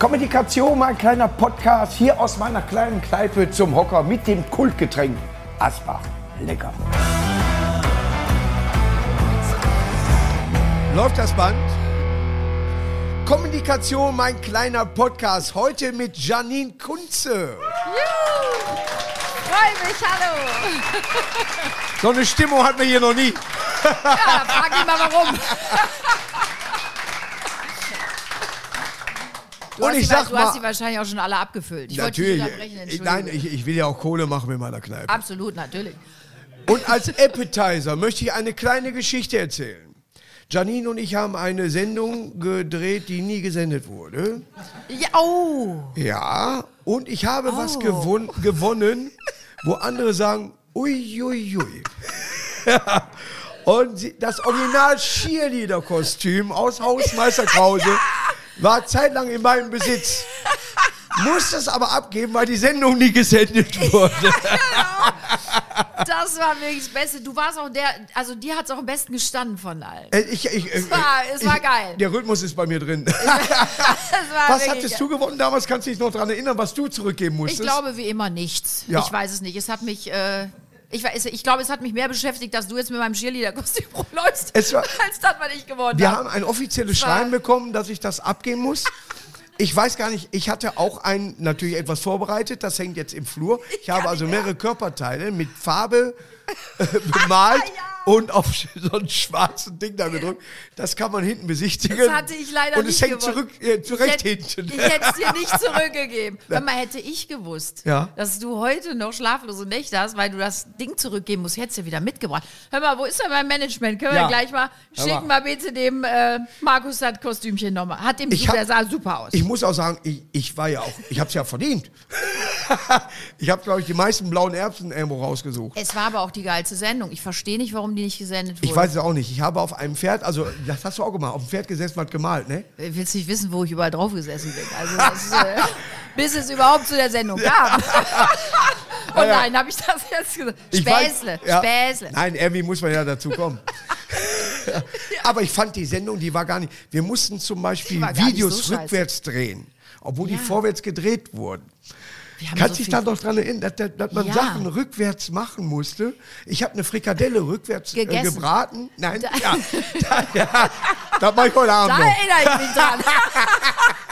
Kommunikation, mein kleiner Podcast hier aus meiner kleinen Kneipe zum Hocker mit dem Kultgetränk Asbach. Lecker. Läuft das Band? Kommunikation, mein kleiner Podcast. Heute mit Janine Kunze. Juhu! Freue mich, hallo. So eine Stimmung hatten wir hier noch nie. Ja, frag mich mal warum. Du, Und hast, ich die, sag du hast mal- die wahrscheinlich auch schon alle abgefüllt. Ich wollte Natürlich. nicht unterbrechen, Ich, Entschuldigung. nein, ich, ich will ja auch Kohle machen mit meiner Kneipe. Absolut, natürlich. Und als Appetizer möchte ich eine kleine Geschichte erzählen. Janine und ich haben eine Sendung gedreht, die nie gesendet wurde. Ja, oh. Ja, und ich habe was gewon gewonnen, wo andere sagen, uiuiui. Ui, ui. und sie- das Original Cheerleader-Kostüm aus Hausmeister Krause war zeitlang in meinem Besitz. Musste es aber abgeben, weil die Sendung nie gesendet wurde. Das war wirklich das Beste. Du warst auch der, also dir hat es auch am besten gestanden von allen. Äh, ich, ich, es war- es war geil. Der Rhythmus ist bei mir drin. Das war Was Ah, wirklich- hattest du gewonnen damals? Kannst du dich noch daran erinnern, was du zurückgeben Ich musstest? glaube wie immer nichts. Ja. Ich weiß es nicht. Es hat mich, äh, ich, weiß, ich glaube, es hat mich mehr beschäftigt, dass du jetzt mit meinem Cheerleader-Kostüm rumläufst, Es war- als das, was ich geworden Wir habe. haben ein offizielles war- Schreiben bekommen, dass ich das abgeben muss. Ich weiß gar nicht, ich hatte auch ein, natürlich etwas vorbereitet, das hängt jetzt im Flur. Ich habe also mehrere Körperteile mit Farbe äh, bemalt Ah, und auf so einen schwarzen Ding da gedrückt. Das kann man hinten besichtigen. Das hatte ich leider Und es nicht hängt gewonnen. zurück, äh, zurecht ich hätte, hinten. Ich hätte es dir nicht zurückgegeben. Wenn mal hätte ich gewusst, Ja. dass du heute noch schlaflose Nächte hast, weil du das Ding zurückgeben musst, hättest du ja wieder mitgebracht. Hör mal, wo ist denn mein Management? Können Ja. wir gleich mal Hör schicken, mal. mal bitte dem äh, Markus das Kostümchen nochmal. Hat dem Ich super, hab- der sah super aus. Ich muss auch sagen, ich, ich war ja auch, ich habe es ja verdient. ich habe, glaube ich, die meisten blauen Erbsen irgendwo rausgesucht. es war aber auch die geilste Sendung. Ich verstehe nicht, warum die nicht gesendet wurde. Ich weiß es auch nicht. Ich habe auf einem Pferd, also das hast du auch gemacht, auf dem Pferd gesessen und gemalt, ne? Äh, Willst nicht wissen, wo ich überall drauf gesessen bin. Also das ist, äh, bis es überhaupt zu der Sendung kam. Oh nein, habe ich das jetzt gesagt? Ich weiß- Späßle, ja. Späßle. Nein, irgendwie muss man ja dazu kommen. Aber ich fand die Sendung, die war gar nicht. Wir mussten zum Beispiel war gar nicht Videos so scheiße. rückwärts drehen, obwohl Ja. die vorwärts gedreht wurden. Wir haben Kannst so dich viel da noch dran erinnern, dass, dass- dass man Ja. Sachen rückwärts machen musste? Ich habe eine Frikadelle rückwärts äh, Gegessen. gebraten. Nein, ja, da, ja, da mach ich heute Abend Da oh, noch. erinnere ich mich dran.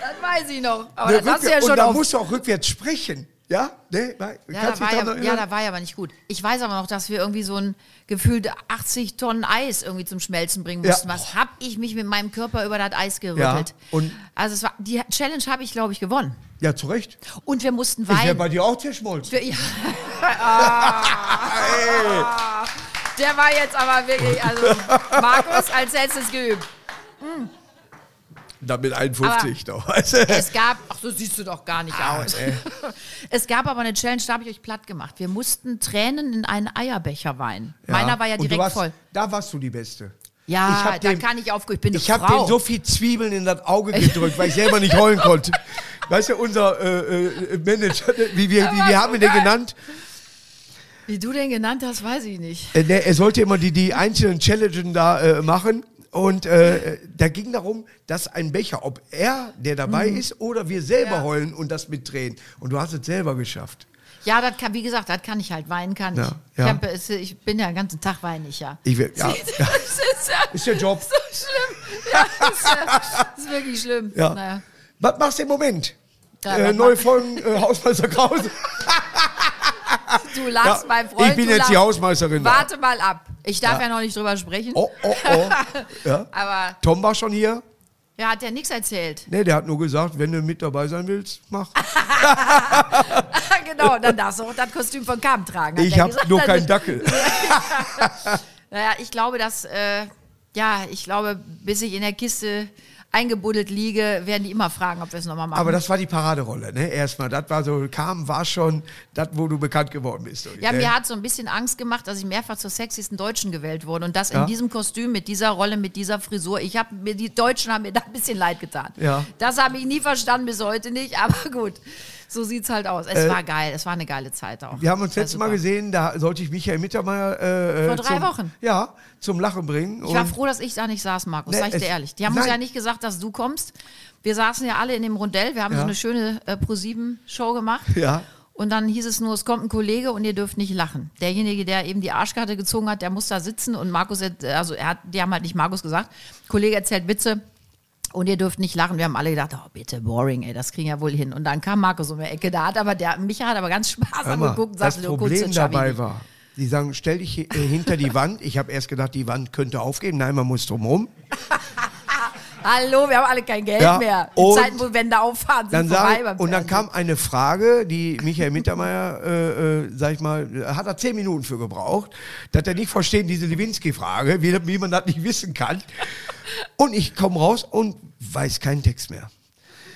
das weiß ich noch. Aber Eine das hast du rückwär- ja schon und da auf. musst du auch rückwärts sprechen. Ja? Ne? Kannst Ja dich da, war dran ja, erinnern? ja, da war ja aber nicht gut. Ich weiß aber noch, dass wir irgendwie so ein gefühlt 80 Tonnen Eis irgendwie zum Schmelzen bringen Ja. mussten. Was hab ich mich mit meinem Körper über das Eis gerüttelt? Ja, und- also es war, die Challenge habe ich, glaube ich, gewonnen. ja, zu Recht. Und wir mussten Ich wäre weinen. bei dir auch zerschmolzen. Wir- Ja. Ah. Der war jetzt aber wirklich, also Markus, als letztes geübt. Dann mit 51 noch. weißt du? Es gab, ach so siehst du doch gar nicht Ah, aus. Es gab aber eine Challenge, da habe ich euch platt gemacht. Wir mussten Tränen in einen Eierbecher weinen. Meiner war ja Und du direkt warst, voll. Da warst du die Beste. ich Ja, hab da dem- kann ich aufgehen. Ich bin eine Ich habe Frau. dem so viel Zwiebeln in das Auge gedrückt, weil ich selber nicht heulen konnte. Weißt du, unser äh, äh, Manager, wie wir, wie wir haben ihn denn genannt? Wie du den genannt hast, weiß ich nicht. Äh, der, er sollte immer die, die einzelnen Challenges da äh, machen. Und äh, äh, da ging darum, dass ein Becher, ob er, der dabei ist, oder wir selber Mhm. Ja. heulen und das mit Tränen. Und du hast es selber geschafft. Ja, das kann, wie gesagt, das kann ich halt. Weinen kann Ja, ich. ja. Ich, hab, es- ich bin ja den ganzen Tag weine ich ja. Ich will, ja, Das ist ja ist der Job. so schlimm. Ja, das ist, ja, das ist wirklich schlimm. Ja. Naja. Was machst du im Moment? Ja, äh, was neue mach- Folgen äh, Hausmeister Krause. Du lachst, mein Freund. ich bin du jetzt die lachst. Hausmeisterin. da. Warte mal ab. Ich darf ja, noch nicht drüber sprechen. Oh, oh, oh. Ja. Aber Tom war schon hier. ja, hat ja nichts erzählt. Nee, der hat nur gesagt, wenn du mit dabei sein willst, mach. genau, dann darfst du auch das Kostüm von Kam tragen. hat Ich er habe gesagt. Also, nur keinen Dackel. Naja, ich glaube, dass, äh, ja, ich glaube, bis ich in der Kiste eingebuddelt liege, werden die immer fragen, ob wir es nochmal machen. Aber das war die Paraderolle, ne? Erstmal, das war so, kam, war schon das, wo du bekannt geworden bist. ja, ne? mir hat so ein bisschen Angst gemacht, dass ich mehrfach zur sexiesten Deutschen gewählt wurde. Und das Ja. in diesem Kostüm, mit dieser Rolle, mit dieser Frisur. Ich hab, mir, die Deutschen haben mir da ein bisschen leid getan. Ja. Das habe ich nie verstanden, bis heute nicht, aber gut. so sieht's halt aus. Es war geil, es war eine geile Zeit auch. Äh, Wir haben uns War letztes Mal super. gesehen, da sollte ich Michael Mittermeier äh, äh, Vor drei zum, Wochen. Ja, zum Lachen bringen. Ich war und- froh, dass ich da nicht saß, Markus, Nee, sag ich dir es- ehrlich. Die haben uns nein. ja nicht gesagt, dass du kommst. Wir saßen ja alle in dem Rondell, wir haben Ja. so eine schöne äh, Pro7-Show gemacht. Ja. Und dann hieß es nur, es kommt ein Kollege und ihr dürft nicht lachen. Derjenige, der eben die Arschkarte gezogen hat, der muss da sitzen und Markus, hat- also er hat, die haben halt nicht Markus gesagt, Kollege erzählt Witze und ihr dürft nicht lachen. Wir haben alle gedacht, oh bitte, boring, ey, das kriegen wir wohl hin. Und dann kam Markus um die Ecke, da hat aber der, Micha hat aber ganz Spaß Hör mal, angeguckt und das sagte, du Problem Kunze, dabei Schabini. war, die sagen, stell dich hi- äh, hinter die Wand. Ich habe erst gedacht, die Wand könnte aufgeben. Nein, man muss drumherum. Hallo, wir haben alle kein Geld Ja, mehr. Die und Zeiten, wo Wände auffahren, sind Dann vorbei sag, beim und dann Fernsehen. kam eine Frage, die Michael Mittermeier, äh, äh, sag ich mal, hat er zehn Minuten für gebraucht, dass er nicht verstehen, diese Lewinsky-Frage, wie, wie man das nicht wissen kann. Und ich komme raus und weiß keinen Text mehr.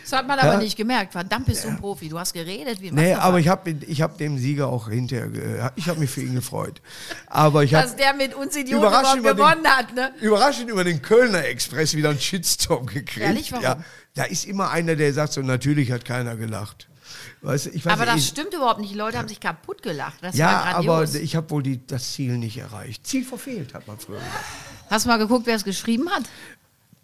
Das hat man aber Ja. nicht gemerkt. Verdammt, bist du ein Profi. Du hast geredet wie ein Nee, Wasserfall. aber ich habe ich hab dem Sieger auch hinterher, ge- ich habe mich für ihn gefreut. Aber ich habe Dass der mit uns Idioten Überraschend überhaupt über den- gewonnen hat, ne? überraschend über den Kölner Express wieder einen Shitstorm gekriegt. Ehrlich, warum? Ja, da ist immer einer, der sagt so, natürlich hat keiner gelacht. Weißt, du, ich weiß Aber nicht, das ich, stimmt überhaupt nicht. Die Leute haben sich kaputt gelacht. Das Ja, war aber grandios. ich habe wohl die, das Ziel nicht erreicht. Ziel verfehlt, hat man früher gesagt. Hast du mal geguckt, wer es geschrieben hat?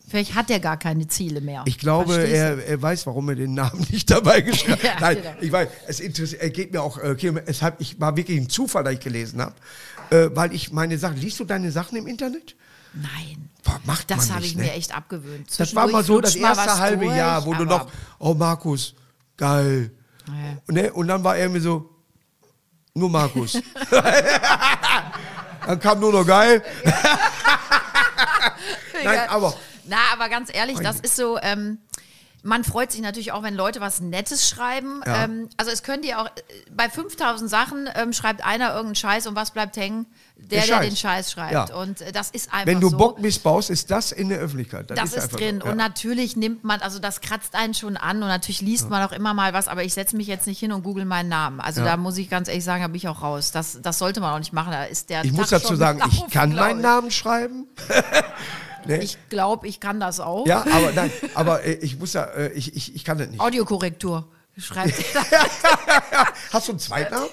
Vielleicht hat der gar keine Ziele mehr. Ich glaube, Verstehst du? er, er weiß, warum er den Namen nicht dabei geschrieben hat. Ja, Nein, genau. ich weiß, es interessiert, er geht mir auch, äh, Kilo- es hab, ich war wirklich ein Zufall, dass ich gelesen habe, äh, weil ich meine Sachen, liest du deine Sachen im Internet? Nein. Boah, macht Das man habe nicht, ich ne? mir echt abgewöhnt. Das war mal so Zwischendurch das flutscht mal erste was halbe durch, Jahr, wo du aber- noch, oh Markus, geil. Ja. Ne? Und dann war er mir so, nur Markus. dann kam nur noch geil. Nein, Ja. aber- Na, aber ganz ehrlich, das ist so. Ähm, man freut sich natürlich auch, wenn Leute was Nettes schreiben. Ja. Ähm, also es können die auch, äh, bei 5000 Sachen ähm, schreibt einer irgendeinen Scheiß und was bleibt hängen? Der, Der der Scheiß. den Scheiß schreibt. Ja. Und äh, das ist einfach Wenn du so. Bock missbaust, ist das in der Öffentlichkeit. das ist einfach drin. So. Ja. Und natürlich nimmt man, also das kratzt einen schon an und natürlich liest man auch immer mal was, aber ich setze mich jetzt nicht hin und google meinen Namen. Also Ja. da muss ich ganz ehrlich sagen, da bin ich auch raus. Das, das sollte man auch nicht machen. Da ist der ich muss Tag dazu schon sagen, ich gelaufen, kann glaub meinen ich. Namen schreiben. Ich glaube, ich kann das auch. Ja, aber nein, aber äh, ich muss ja, äh, ich, ich, ich kann das nicht. Audiokorrektur. Schreibt Hast du einen Zweitnamen?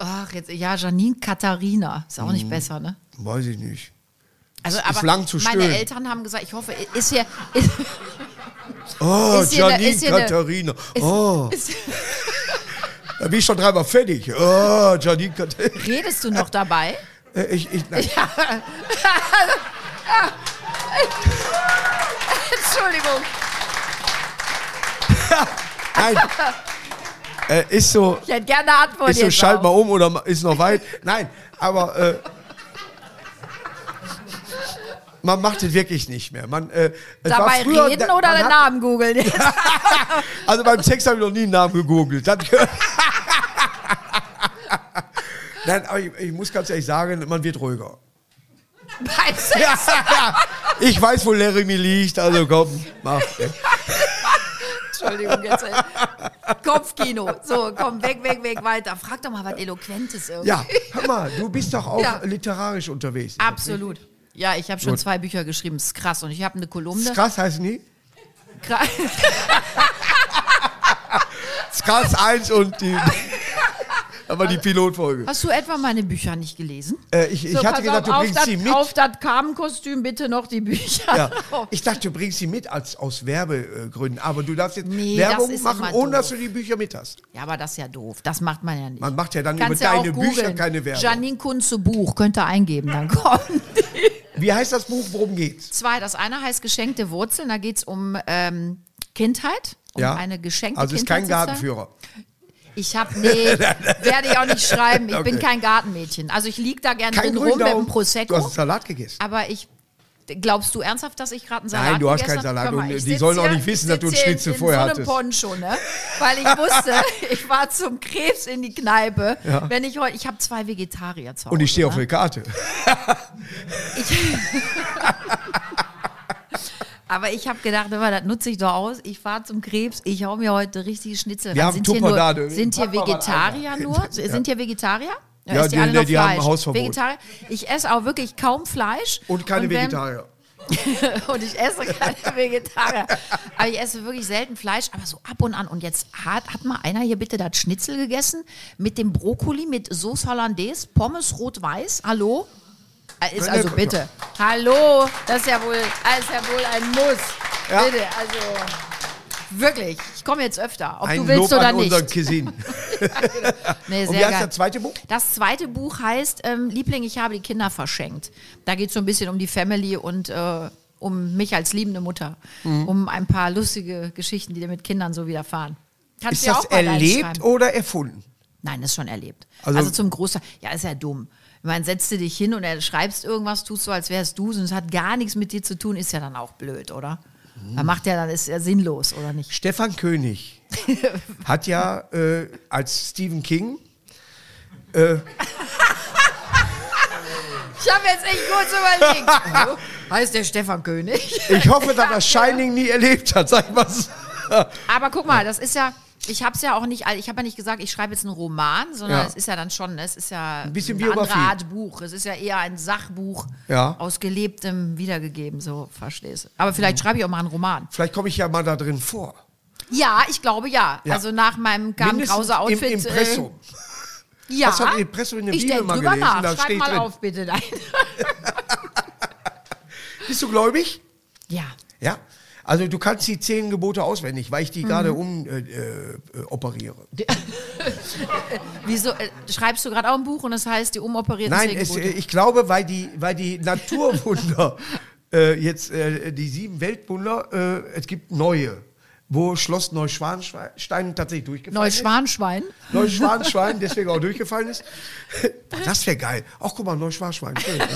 Ach, jetzt, ja, Janine Katharina. Ist auch nicht besser, ne? Weiß ich nicht. Also, Mhm. Ist aber lang zu meine stöhnen. Eltern haben gesagt, ich hoffe, ist hier. Ist, Oh, Ist hier eine- Janine ist hier eine- Katharina. ist, oh, ist, da bin ich schon dreimal fertig. Oh, Janine Katharina. redest du noch dabei? Äh, Ich, ich, nein. Entschuldigung. nein. Äh, ist so, Ich hätte gerne eine Antwort ist so, jetzt. schalt mal auch. um oder ma- ist noch weit. Nein, aber äh, man macht es wirklich nicht mehr. Man, äh, es war Dabei früher, reden da- oder man den hat- Namen googeln? Jetzt. Also beim Sex habe ich noch nie einen Namen gegoogelt. Das Nein, aber ich, ich muss ganz ehrlich sagen, man wird ruhiger. Beim Sex. Ich weiß, wo Jeremy liegt, also komm, mach. Entschuldigung, jetzt. ey. Kopfkino. So, komm, weg, weg, weg, weiter. Frag doch mal was Eloquentes irgendwie. Ja, hör mal, du bist doch auch Ja. literarisch unterwegs. Absolut. Ja, ich habe schon Gut. zwei Bücher geschrieben. Ist krass. Und ich habe eine Kolumne. Krass heißt nie. Kra- Krass 1 und die. Aber die Pilotfolge. Hast du etwa meine Bücher nicht gelesen? Äh, ich ich So, hatte pass auf, gedacht, du auf bringst dat- sie mit. Auf das Kamenkostüm bitte noch die Bücher. Ja. Ich dachte, du bringst sie mit als, aus Werbegründen. Aber du darfst jetzt Nee, das Werbung ist machen, immer ohne doof. dass du die Bücher mit hast. Ja, aber das ist ja doof. Das macht man ja nicht. Man macht ja dann Kannst über ja deine auch Bücher googeln. keine Werbung. Janine Kunze Buch, könnt ihr eingeben, dann kommen die. Wie heißt das Buch? Worum geht's? Zwei, das eine heißt Geschenkte Wurzeln, da geht es um ähm, Kindheit. Um eine geschenkte Also ist Kindheit kein sozusagen. Gartenführer. Ich hab, nee, werde ich auch nicht schreiben. Ich bin Okay. kein Gartenmädchen. Also ich lieg da gerne Kein drin rum mit Gründaumen. dem Prosecco. Du hast einen Salat gegessen. Aber ich. Glaubst du ernsthaft, dass ich gerade einen Salat Nein, du hast gegessen keinen habe? Salat Hör mal, und ich die sitz sollen auch hier- nicht wissen, dass ich du einen sitz hier Schnitzel in vorher so einem hattest. Poncho, ne? Weil ich wusste, ich war zum Krebs in die Kneipe. Ja. Wenn ich heute, ich habe zwei Vegetarier zu Hause. Und ich stehe auf ne? der Karte. ich, Aber ich habe gedacht, hör mal, das nutze ich doch aus. Ich fahre zum Krebs, ich hau mir heute richtig Schnitzel. Wir rein. haben sind hier, Tupperdade. nur, sind hier Pack mal was Vegetarier ein. nur? Sind hier Vegetarier? Ja, essen die- alle die- noch die haben Fleisch? Hausverbot. Vegetarier. Ich esse auch wirklich kaum Fleisch. Und keine wenn- Vegetarier. und ich esse keine Vegetarier. Aber ich esse wirklich selten Fleisch, aber so ab und an. Und jetzt hat, hat mal einer hier bitte das Schnitzel gegessen mit dem Brokkoli, mit Sauce Hollandaise, Pommes rot-weiß. Hallo? Äh, Ist Brille also guck bitte. Hallo? Das ist ja wohl, das ist ja wohl ein Muss. Ja. Bitte, also wirklich. Ich komme jetzt öfter, ob Ein du willst Lob oder an nicht. unseren Kisin. Nee, Und wie heißt das zweite Buch? das zweite Buch heißt ähm, Liebling, ich habe die Kinder verschenkt. Da geht es so ein bisschen um die Family und äh, um mich als liebende Mutter. Mhm. Um ein paar lustige Geschichten, die dir mit Kindern so widerfahren. Kannst Ist du ja das auch mal erlebt reinschreiben. oder erfunden? Nein, das ist schon erlebt. Also- Also, zum Großteil. Ja, ist ja dumm. Ich meine, setzt du dich hin und er schreibst irgendwas, tust so, als wärst du, und es hat gar nichts mit dir zu tun, ist ja dann auch blöd, oder? Mhm. Dann macht ja dann ist ja sinnlos, oder nicht? Stefan König hat ja äh, als Stephen King Ich habe jetzt echt kurz überlegt. heißt der Stefan König? Ich hoffe, dass er Shining nie erlebt hat, sag ich mal. so. Aber guck mal, das ist ja, ich habe es ja auch nicht, ich habe ja nicht gesagt, ich schreibe jetzt einen Roman, sondern Ja. es ist ja dann schon, ne, es ist ja ein bisschen eine andere Biografie. Art Buch. Es ist ja eher ein Sachbuch Ja. aus gelebtem wiedergegeben, so verstehst du. Aber vielleicht Mhm. schreibe ich auch mal einen Roman. Vielleicht komme ich ja mal da drin vor. Ja, ich glaube ja. Ja. Also nach meinem Carmen Mindestens Krause Outfit. im Impressum. Äh, ja. Das hat im Impressum in der ich Bibel denk mal drüber gelesen, nach. da Schreib steht mal drin. auf bitte. Nein. äh. Bist du gläubig? ja. Ja. Also du kannst die zehn Gebote auswendig, weil ich Mhm. die gerade um äh, äh, äh, operiere. Wieso äh, schreibst du gerade auch ein Buch und das heißt die umoperierten Nein, Zehn es, Gebote? äh, ich glaube, weil die, weil die Naturwunder, äh, jetzt äh, die sieben Weltwunder, äh, es gibt neue, wo Schloss Neuschwanstein tatsächlich durchgefallen ist. Neuschwanschwein? Neuschwanschwein, deswegen auch durchgefallen ist. Boah, das wäre geil. Ach, guck mal, Neuschwanschwein. schön.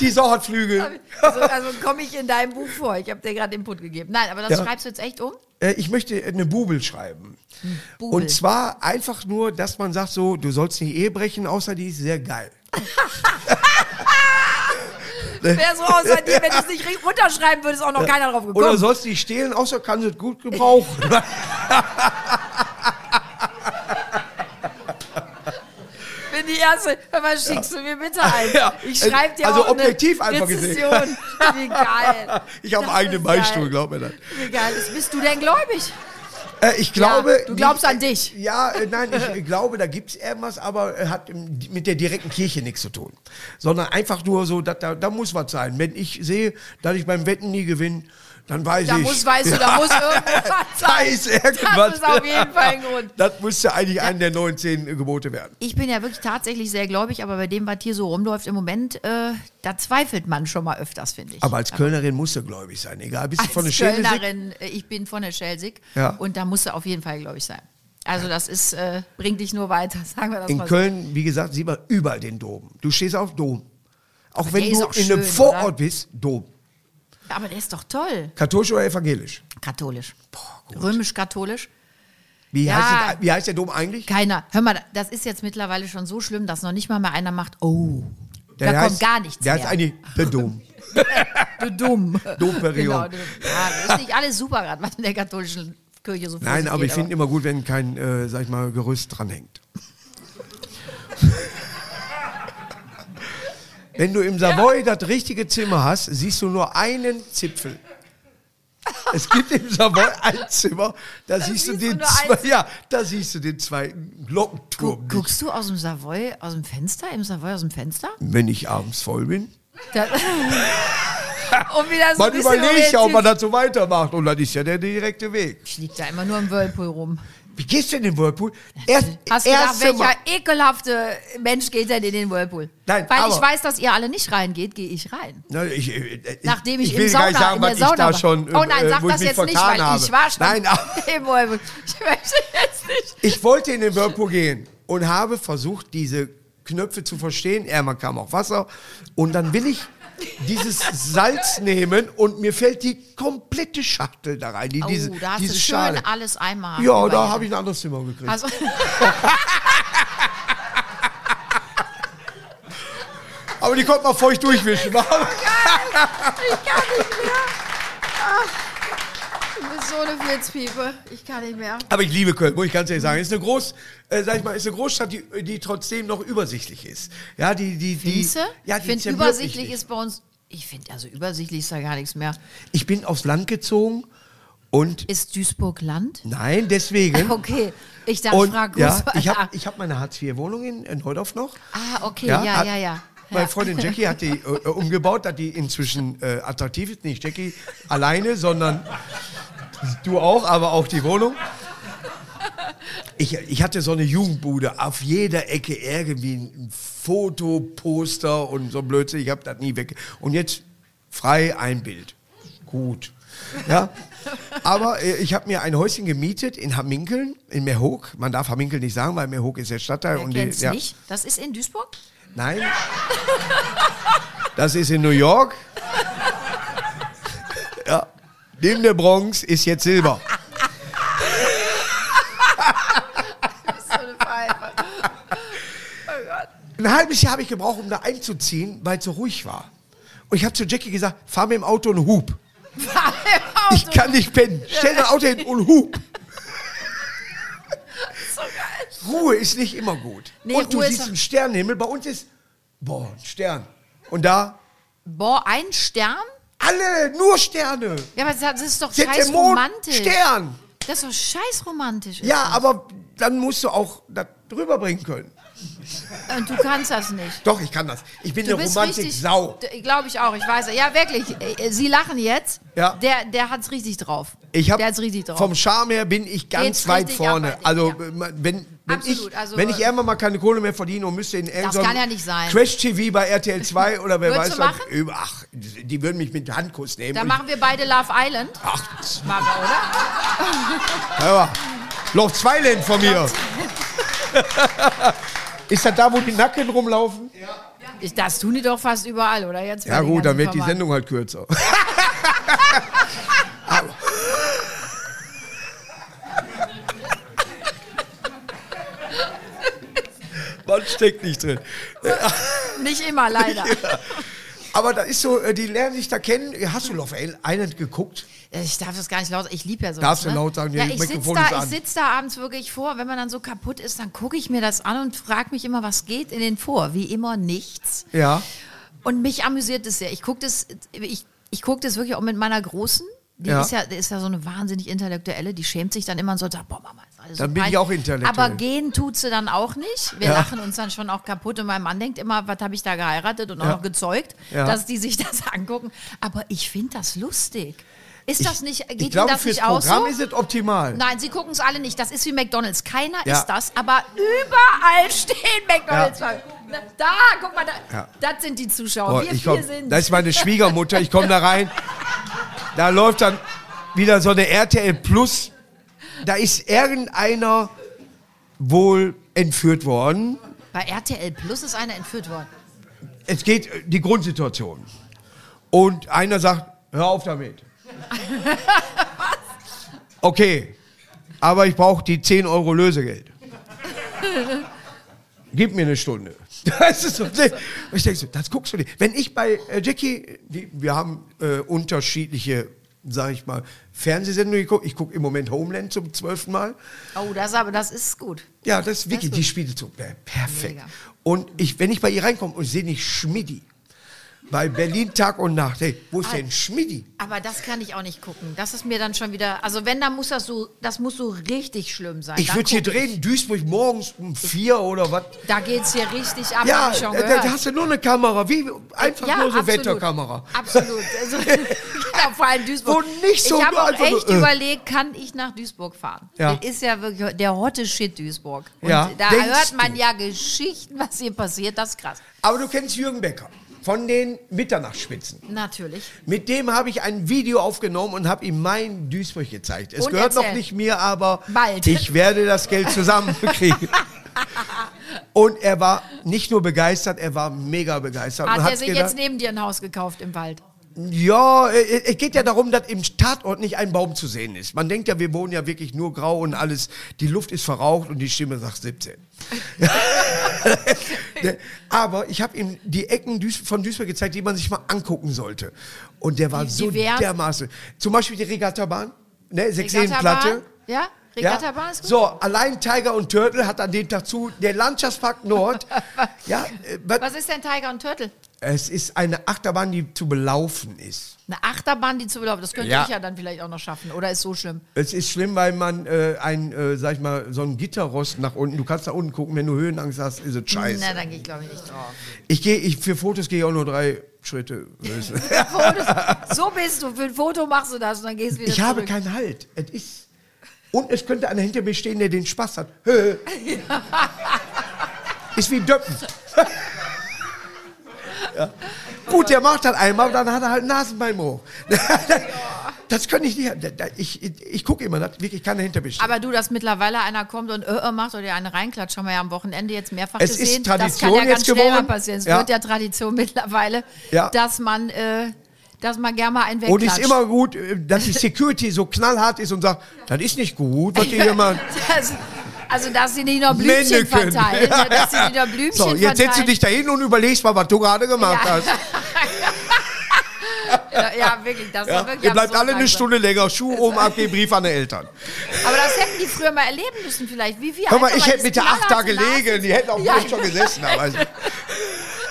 Die Sau hat Flügel. Also, also komme ich in deinem Buch vor. Ich habe dir gerade Input gegeben. Nein, aber das Ja. schreibst du jetzt echt um? Äh, Ich möchte eine Bubel schreiben. Bubel. Und zwar einfach nur, dass man sagt so, du sollst nicht Ehe brechen, außer die ist sehr geil. Wäre so außer dir, wenn du es nicht richtig unterschreiben würdest, auch noch keiner drauf Oder gekommen. sollst nicht stehlen, außer kann sie es gut gebrauchen. Ich bin die Erste. Hör mal, schickst du mir bitte ein. Ja. Ich schreibe dir Also auch objektiv eine einfach gesehen. Rezession. Wie geil. Ich habe Das einen eigenen ist geil. Beistuhl, glaub mir das. Wie geil ist. Bist du denn gläubig? Äh, ich glaube. Ja, du glaubst nicht- an dich. Ja, äh, nein, ich äh, glaube, da gibt es irgendwas, aber äh, hat ähm, mit der direkten Kirche nichts zu tun. Sondern einfach nur so, da, da, da muss was sein. Wenn ich sehe, dass ich beim Wetten nie gewinne, dann weiß Da ich. muss, weißt du, da muss irgendwas Da sein. ist irgendwas. Das ist auf jeden Fall ein Grund. Das müsste eigentlich eine der 19 Gebote werden. Ich bin ja wirklich tatsächlich sehr gläubig, aber bei dem, was hier so rumläuft im Moment, äh, da zweifelt man schon mal öfters, finde ich. Aber als Kölnerin musst du gläubig sein. Egal, bist du Als von der Schädelsig? Kölnerin, äh, ich bin von der Schelsig Ja. und da musst du auf jeden Fall gläubig sein. Also das ist, äh, bringt dich nur weiter, sagen wir das In mal Köln, wie gesagt, sieht man überall den Dom. Du stehst auf Dom. Auch wenn der ist du auch in einem schön, Vorort oder? bist, Dom. so. Aber der ist doch toll. Katholisch oder evangelisch? Katholisch. Römisch-katholisch. Wie, Ja. heißt, das, wie heißt der Dom eigentlich? Keiner. Hör mal, das ist jetzt mittlerweile schon so schlimm, dass noch nicht mal mehr einer macht, oh, Der da kommt heißt- gar nichts Der mehr. ist eigentlich der Dom. du dumm. Domperion. Genau, du, ja, ist nicht alles super gerade, was in der katholischen Kirche so vor Nein, sich aber geht, ich finde immer gut, wenn kein, äh, sag ich mal, Gerüst dranhängt. wenn du im Savoy das richtige Zimmer hast, siehst du nur einen Zipfel. Es gibt im Savoy ein Zimmer, da, siehst du siehst den du nur einen zwei, ja, da siehst du den zweiten Glockenturm. Guck, guckst du aus dem Savoy, aus dem Fenster, im Savoy aus dem Fenster? Wenn ich abends voll bin, Da, und Um wieder so man ein bisschen überlegt ja, ob man orientiert. das so weitermacht und das ist ja der direkte Weg. Ich lieg da immer nur im Whirlpool rum. Wie gehst du in den Whirlpool? Erst, Hast du gedacht, erste welcher Mal- ekelhafte Mensch geht denn in den Whirlpool? Nein, Weil ich aber- weiß, dass ihr alle nicht reingeht, gehe ich rein. Na, ich, äh, ich, Nachdem ich, will im gar Sauna, nicht sagen, in was der Sauna ich da war. schon, Oh nein, äh, sag wo ich das mich jetzt nicht, vertan weil habe. ich war schon Nein, aber im Whirlpool. Ich möchte jetzt nicht. ich wollte in den Whirlpool gehen und habe versucht, diese Knöpfe zu verstehen. Ärmer kam auch Wasser. Und dann will ich dieses Salz nehmen und mir fällt die komplette Schachtel da rein. Die, diese, oh, da hast diese du schön Schale. alles einmal. Ja, da habe ich ein anderes Zimmer gekriegt. Also, Aber die konnte man feucht durchwischen. Ich kann nicht mehr. Ach, du bist so eine Blitzpiepe. Ich kann nicht mehr. Aber ich liebe Köln, muss ich ganz ehrlich sagen. Ist eine Groß, äh, sag ich mal, ist eine Großstadt, die, die trotzdem noch übersichtlich ist. Ja, die, die, die. Siehste? Ja, ich die finde, zermürbt mich übersichtlich nicht. ist bei uns Ich finde, also übersichtlich ist da gar nichts mehr. Ich bin aufs Land gezogen und Ist Duisburg Land? nein, deswegen. Okay, ich Ah. darf Hm? Und fragen. ja, wo- ich habe ich hab meine Hartz-IV-Wohnung in, in Neudorf noch. ah, okay, ja, ja, hat- ja. ja. Meine Freundin Jackie hat die äh, umgebaut, hat die inzwischen äh, attraktiv ist. Nicht Jackie alleine, sondern du auch, aber auch die Wohnung. Ich, ich hatte so eine Jugendbude, auf jeder Ecke irgendwie ein Foto, Poster und so Blödsinn. Ich habe das nie weg. Und jetzt frei ein Bild. Gut. Ja. Aber äh, ich habe mir ein Häuschen gemietet in Hamminkeln, in Merhoek. Man darf Hamminkeln nicht sagen, weil Merhoek ist der Stadtteil. Wer und die- kennt's ja. nicht? Das ist in Duisburg? Nein. Das ist in New York. Ja. Neben der Bronx ist jetzt Silber. Ein halbes Jahr habe ich gebraucht, um da einzuziehen, weil es so ruhig war. Und ich habe zu Jackie gesagt, fahr mit dem Auto und hub. Ich kann nicht pennen. Stell dein Auto hin und hub. Ruhe ist nicht immer gut. Nee, und du Ruhe ist siehst doch- einen Sternenhimmel. Bei uns ist, boah, ein Stern. Und da, Boah, ein Stern? alle, nur Sterne. Ja, aber das ist doch Jetzt scheiß im Mond, romantisch. Stern. Das ist doch scheiß romantisch. Ja, aber dann musst du auch das rüberbringen können. Und du kannst das nicht. Doch, ich kann das. Ich bin Du eine bist richtig. Romantik-Sau. Glaube ich auch, ich weiß. Ja, wirklich. äh, Sie lachen jetzt. Ja. Der, der hat's richtig drauf. Ich der hat's richtig habe drauf. vom Charme her bin ich ganz Geht's weit richtig vorne. ab, also ja. wenn, wenn Absolut, ich also- wenn ich irgendwann mal keine Kohle mehr verdiene und müsste in irgendeinem kann ja nicht sein. Crash TV bei RTL 2 oder wer Würdest weiß du was, machen? über- ach, die würden mich mit Handkuss nehmen. Dann Und machen wir beide Love Island. ich, ach, Machen wir, oder? hör mal, Loch Zweiland von mir. Ist das da, wo die Nacken rumlaufen? Ich, das tun die doch fast überall, oder? Jetzt bei Ja den gut, dann wird ganzen die Formaten. Sendung halt kürzer. Man steckt nicht drin. Nicht immer, leider. Aber da ist so, äh, die lernen sich da kennen. Hast du Love Island geguckt? Äh, Ich darf das gar nicht laut. Ich liebe ja sowas. Darfst du ne? laut sagen, ja, nee, ich sitze Mikrofon ist da, an. ich sitz da abends wirklich vor. Wenn man dann so kaputt ist, dann gucke ich mir das an und frage mich immer, was geht in den vor? Wie immer nichts. Ja. Und mich amüsiert es sehr. Ich gucke das, ich, ich guck das wirklich auch mit meiner Großen. Die Ja. ist, ja, die ist ja so eine wahnsinnig Intellektuelle, die schämt sich dann immer und so, sagt, boah, Mama, ist alles so Dann bin ich peinlich. auch intellektuell. Aber gehen tut sie dann auch nicht. Wir Ja. lachen uns dann schon auch kaputt und mein Mann denkt immer, was habe ich da geheiratet und auch Ja. noch gezeugt, Ja. dass die sich das angucken. Aber ich finde das lustig. Ist das nicht, geht ich glaube, Ihnen das fürs nicht aus Programm so? ist es optimal. Nein, sie gucken es alle nicht. Das ist wie McDonalds. Keiner Ja. ist das, aber überall stehen McDonalds. Na, Da, guck mal, da, Ja. das sind die Zuschauer. Boah, Wir ich vier komm, sind. das ist meine Schwiegermutter. Ich komme da rein. Da läuft dann wieder so eine RTL Plus. Da ist irgendeiner wohl entführt worden. Bei RTL Plus ist einer entführt worden. Es geht äh, die Grundsituation. Und einer sagt, hör auf damit. Okay, aber ich brauche die 10 Euro Lösegeld. Gib mir eine Stunde. Das ist so, Und ich denke so, das guckst du nicht. Wenn ich bei äh, Jackie, die, wir haben äh, unterschiedliche, sag ich mal, Fernsehsendungen geguckt. Ich gucke im Moment Homeland zum zwölften Mal. Oh, das aber, das ist gut. Ja, das ist Vicky, gut. die spielt so per- perfekt. Mega. Und ich, wenn ich bei ihr reinkomme und sehe nicht Schmidti, bei Berlin Tag und Nacht, hey, wo ist Ah. denn Schmidti? Aber das kann ich auch nicht gucken. Das ist mir dann schon wieder. Also wenn, dann muss das so, das muss so richtig schlimm sein. Ich Dann würde hier Ah, guck drehen, Duisburg morgens um vier oder was. ich. Da geht's hier richtig ab. Ja, äh, hab ich schon da, gehört. da hast du nur eine Kamera, wie einfach Ja, nur so absolut. Wetterkamera. Absolut. Also, genau, vor allem Duisburg. Wo nicht so ich nur habe auch einfach echt nur, äh. überlegt, kann ich nach Duisburg fahren? Ja. Das ist ja wirklich der hotte Shit Duisburg. Und Ja. da Denkst hört man du? ja Geschichten, was hier passiert. Das ist krass. Aber du kennst Jürgen Becker von den Mitternachtsspitzen. Natürlich. Mit dem habe ich ein Video aufgenommen und habe ihm mein Duisburg gezeigt. Es Und gehört noch erzähl. nicht mir, aber Bald. ich werde das Geld zusammenkriegen. und er war nicht nur begeistert, er war mega begeistert. und Hat er hat sich gedacht, jetzt neben dir ein Haus gekauft im Wald? ja, äh, es geht ja darum, dass im Tatort nicht ein Baum zu sehen ist. Man denkt ja, wir wohnen ja wirklich nur grau und alles, die Luft ist verraucht und die Stimme sagt 17. Ne? Aber ich habe ihm die Ecken Duis- von Duisburg gezeigt, die man sich mal angucken sollte. Und der war Die- so die wären- dermaßen. Zum Beispiel die Regattabahn, ne, Sechseenplatte. Ja? Ja? Regattabahn ist gut. So, allein Tiger und Turtle hat an dem Tag zu, der Landschaftspark Nord. ja, äh, was- Was ist denn Tiger und Turtle? Es ist eine Achterbahn, die zu belaufen ist. Eine Achterbahn, die zu belaufen, das könnte Ja. ich ja dann vielleicht auch noch schaffen. Oder ist so schlimm? Es ist schlimm, weil man äh, ein, äh, sag ich mal, so ein Gitterrost nach unten, du kannst da unten gucken, wenn du Höhenangst hast, ist es scheiße. Na, dann gehe ich glaube ich nicht drauf. Ich gehe, ich, für Fotos gehe ich auch nur drei Schritte. höchstens. Fotos, so bist du, für ein Foto machst du das und dann gehst du wieder ich habe zurück. keinen Halt. Es ist. Und es könnte einer hinter mir stehen, der den Spaß hat. Hö. ist wie Döppen. ja. Gut, der macht das einmal, dann hat er halt Nasenbeinbruch. das könnte ich nicht. da- da- Ich, ich, ich gucke immer, dass wirklich keiner hinter mir steht. Aber du, dass mittlerweile einer kommt und äh, äh macht oder dir eine reinklatscht, haben wir ja am Wochenende jetzt mehrfach Es ist gesehen. Tradition das kann ja ganz jetzt schnell mal geworden. passieren. Es Ja. wird ja Tradition mittlerweile, Ja. dass man, äh, dass man gerne mal einen Und wegklatscht. ist immer gut, äh, dass die Security so knallhart ist und sagt, das ist nicht gut, was ihr hier macht. das, also, dass sie nicht nur Blümchen Männchen. verteilen. ne, Dass sie nicht nur Blümchen So, verteilen. jetzt setzt du dich da hin und überlegst mal, was du gerade gemacht also. Ja. hast. Ja, ja, wirklich, das war Ja? wirklich Ihr bleibt absurd alle eine langsam. Stunde länger. Schuh oben abgeben, Brief an die Eltern. Aber das hätten die früher mal erleben müssen, vielleicht. Wie wir Hör mal, einfach ich hätte dieses mit der acht da knallharte Nasen- gelegen. Die hätten auch Ja. ja. schon gesessen. Aber also,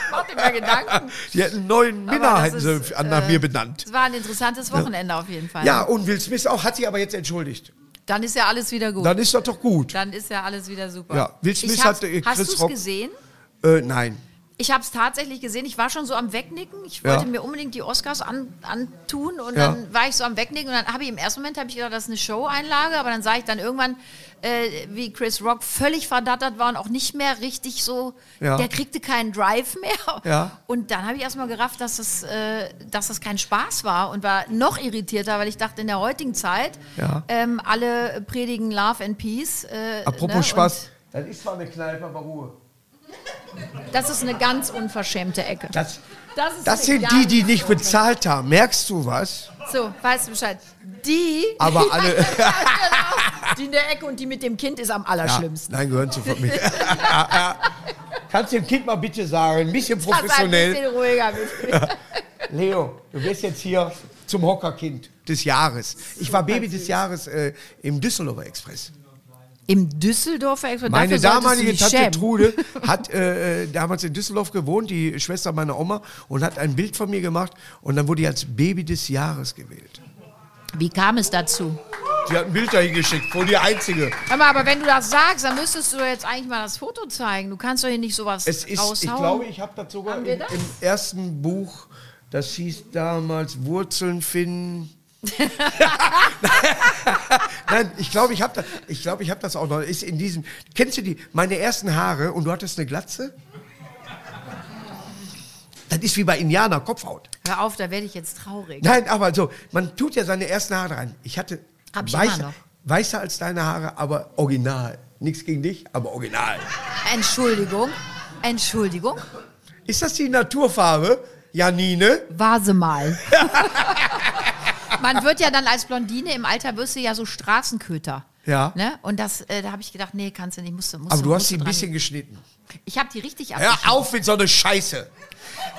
Mach dir mal Gedanken. die hätten einen neuen Aber Männer das hätten ist, sie an- nach äh, mir benannt. Es war ein interessantes Wochenende auf jeden Fall. Ja, und Will Smith auch, hat sich aber jetzt entschuldigt. Dann ist ja alles wieder gut. Dann, Dann ist das doch gut. ist ja alles wieder super. Ja, Will Smith ich hab's- hat, äh, Hast Chris du es Rock- gesehen? Äh, nein. Ich habe es tatsächlich gesehen. Ich war schon so am Wegnicken. Ich Ja. wollte mir unbedingt die Oscars an, antun und Ja. dann war ich so am Wegnicken und dann habe ich im ersten Moment habe ich gedacht, das ist eine Show-Einlage, aber dann sah ich dann irgendwann, äh, wie Chris Rock völlig verdattert war und auch nicht mehr richtig so. Ja. Der kriegte keinen Drive mehr. Ja. Und dann habe ich erstmal gerafft, dass das, äh, dass das kein Spaß war und war noch irritierter, weil ich dachte, in der heutigen Zeit Ja. ähm, alle predigen Love and Peace. Äh, Apropos ne? Spaß. Das ist zwar eine Kneipe, aber Ruhe. Und das ist eine ganz unverschämte Ecke. Das, Das, ist das eine sind ganz die, die nicht bezahlt haben. Merkst du was? So, weißt du Bescheid. Die, Aber alle. die in der Ecke und die mit dem Kind ist am allerschlimmsten. Nein, gehören zu von mir. Kannst du dem Kind mal bitte sagen, ein bisschen Lass ein professionell. bisschen ruhiger bitte. Leo, du bist jetzt hier zum Hockerkind des Jahres. Ich war Baby des Jahres äh, im Düsseldorfer Express. Im Düsseldorfer Express. Meine dafür solltest du damalige dich Tante schämen. Trude hat äh, äh, damals in Düsseldorf gewohnt, die Schwester meiner Oma, und hat ein Bild von mir gemacht. Und dann wurde ich als Baby des Jahres gewählt. Wie kam es dazu? Sie hat ein Bild dahin geschickt, wohl die einzige. Hör mal, aber wenn du das sagst, dann müsstest du jetzt eigentlich mal das Foto zeigen. Du kannst doch hier nicht sowas Es ist, raushauen. ich glaube, ich habe das sogar Haben im, wir das? im ersten Buch, das hieß damals Wurzeln finden. Nein, ich glaube, ich habe das, ich glaube, ich habe das auch noch. Ist in diesem, kennst du die? Meine ersten Haare und du hattest eine Glatze. Das ist wie bei Indianer Kopfhaut. Hör auf, da werde ich jetzt traurig. Nein, aber so, man tut ja seine ersten Haare rein. Ich hatte Hab ich weißer, immer noch. weißer als deine Haare, aber original. Nichts gegen dich, aber original. Entschuldigung. Entschuldigung. Ist das die Naturfarbe, Janine? War sie mal. Man wird ja dann als Blondine im Alter wirst du ja so Straßenköter. Ja. Ne? Und das, äh, da habe ich gedacht, nee, kannst du nicht, musst du, musst Aber du hast musst sie ein dran bisschen geschnitten. gehen. Ich habe die richtig Hör abgeschnitten. auf mit so einer Scheiße.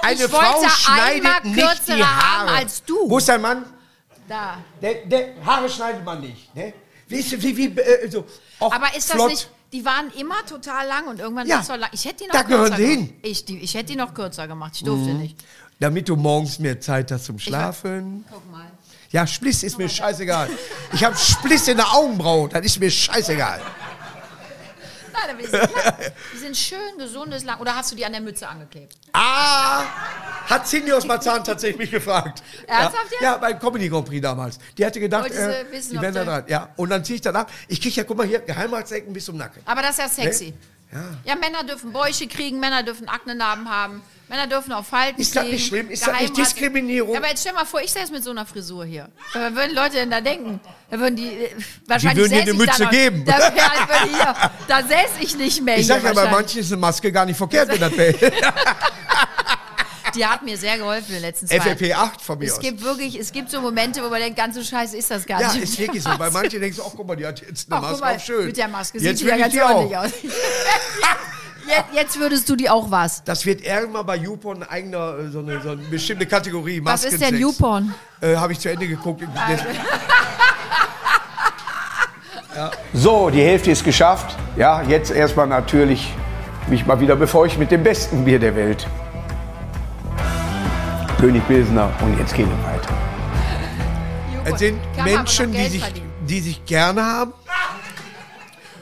Eine Ich Frau wollte einmal schneidet nicht die kürzere Haare Haare. als du. Wo ist dein Mann? Da. Der, der, Haare schneidet man nicht. Ne? Wie, ist- wie, wie, äh, so. Och, Aber ist das flott. nicht, die waren immer total lang und irgendwann Ja. wird's so lang. Ich hätte die noch Da gehören kürzer sie Mhm. gemacht. Ich, die, ich hätte die noch kürzer gemacht, ich durfte nicht. Damit du morgens mehr Zeit hast zum Schlafen. Guck mal. Ja, Spliss ist mir scheißegal. Ich habe Spliss in der Augenbraue. Das ist mir scheißegal. Nein, aber die sind, lang. die sind schön, gesundes, lang. Oder hast du die an der Mütze angeklebt? Ah! Hat Sinios Marzahn tatsächlich mich gefragt. Ernsthaft jetzt? ja? ja, beim Comedy Grand Prix damals. Die hatte gedacht, Wollte sie äh, wissen, die ob wären da der- dran. Ja. Und dann ziehe ich danach. Ich kriege ja, guck mal hier, Geheimratsecken bis zum Nacken. Aber das ist ja sexy. Ja. Ja, Männer dürfen Bäuche kriegen, Männer dürfen Aknenarben haben, Männer dürfen auch Falten Ist das kriegen, nicht schlimm? Ist das nicht Geheimratsecken. Diskriminierung? Ja, aber jetzt stell mal vor, ich säße mit so einer Frisur hier. Was würden Leute denn da denken? Da würden die äh, wahrscheinlich würden dir säß eine ich da Mütze noch- geben. Da, ja, ich würde hier, da säße ich nicht mehr. Ich hier sag ja, bei wahrscheinlich. manchen ist eine Maske gar nicht verkehrt, wenn das wäre. Die hat mir sehr geholfen in den letzten zwei Jahren. FFP 8 von mir Es aus. gibt wirklich, es gibt so Momente, wo man denkt, ganz so scheiße ist das gar Ja, nicht. ist wirklich so. Bei manchen denkst du, ach guck mal, die hat jetzt eine Ach, guck Maske mal, auf schön. mit der Maske jetzt sieht die will ja ich ganz die auch. ordentlich aus. jetzt, jetzt würdest du die auch was. Das wird irgendwann bei YouPorn ein eigener, äh, so eine, so eine bestimmte Kategorie. Was ist denn YouPorn? Äh, Habe ich zu Ende geguckt. Also. So, die Hälfte ist geschafft. Ja, jetzt erstmal natürlich mich mal wieder befeuchten mit dem besten Bier der Welt. König Pilsner und jetzt geht es weiter. Es sind Kann man aber Menschen, noch die Geld sich, verdienen. die sich gerne haben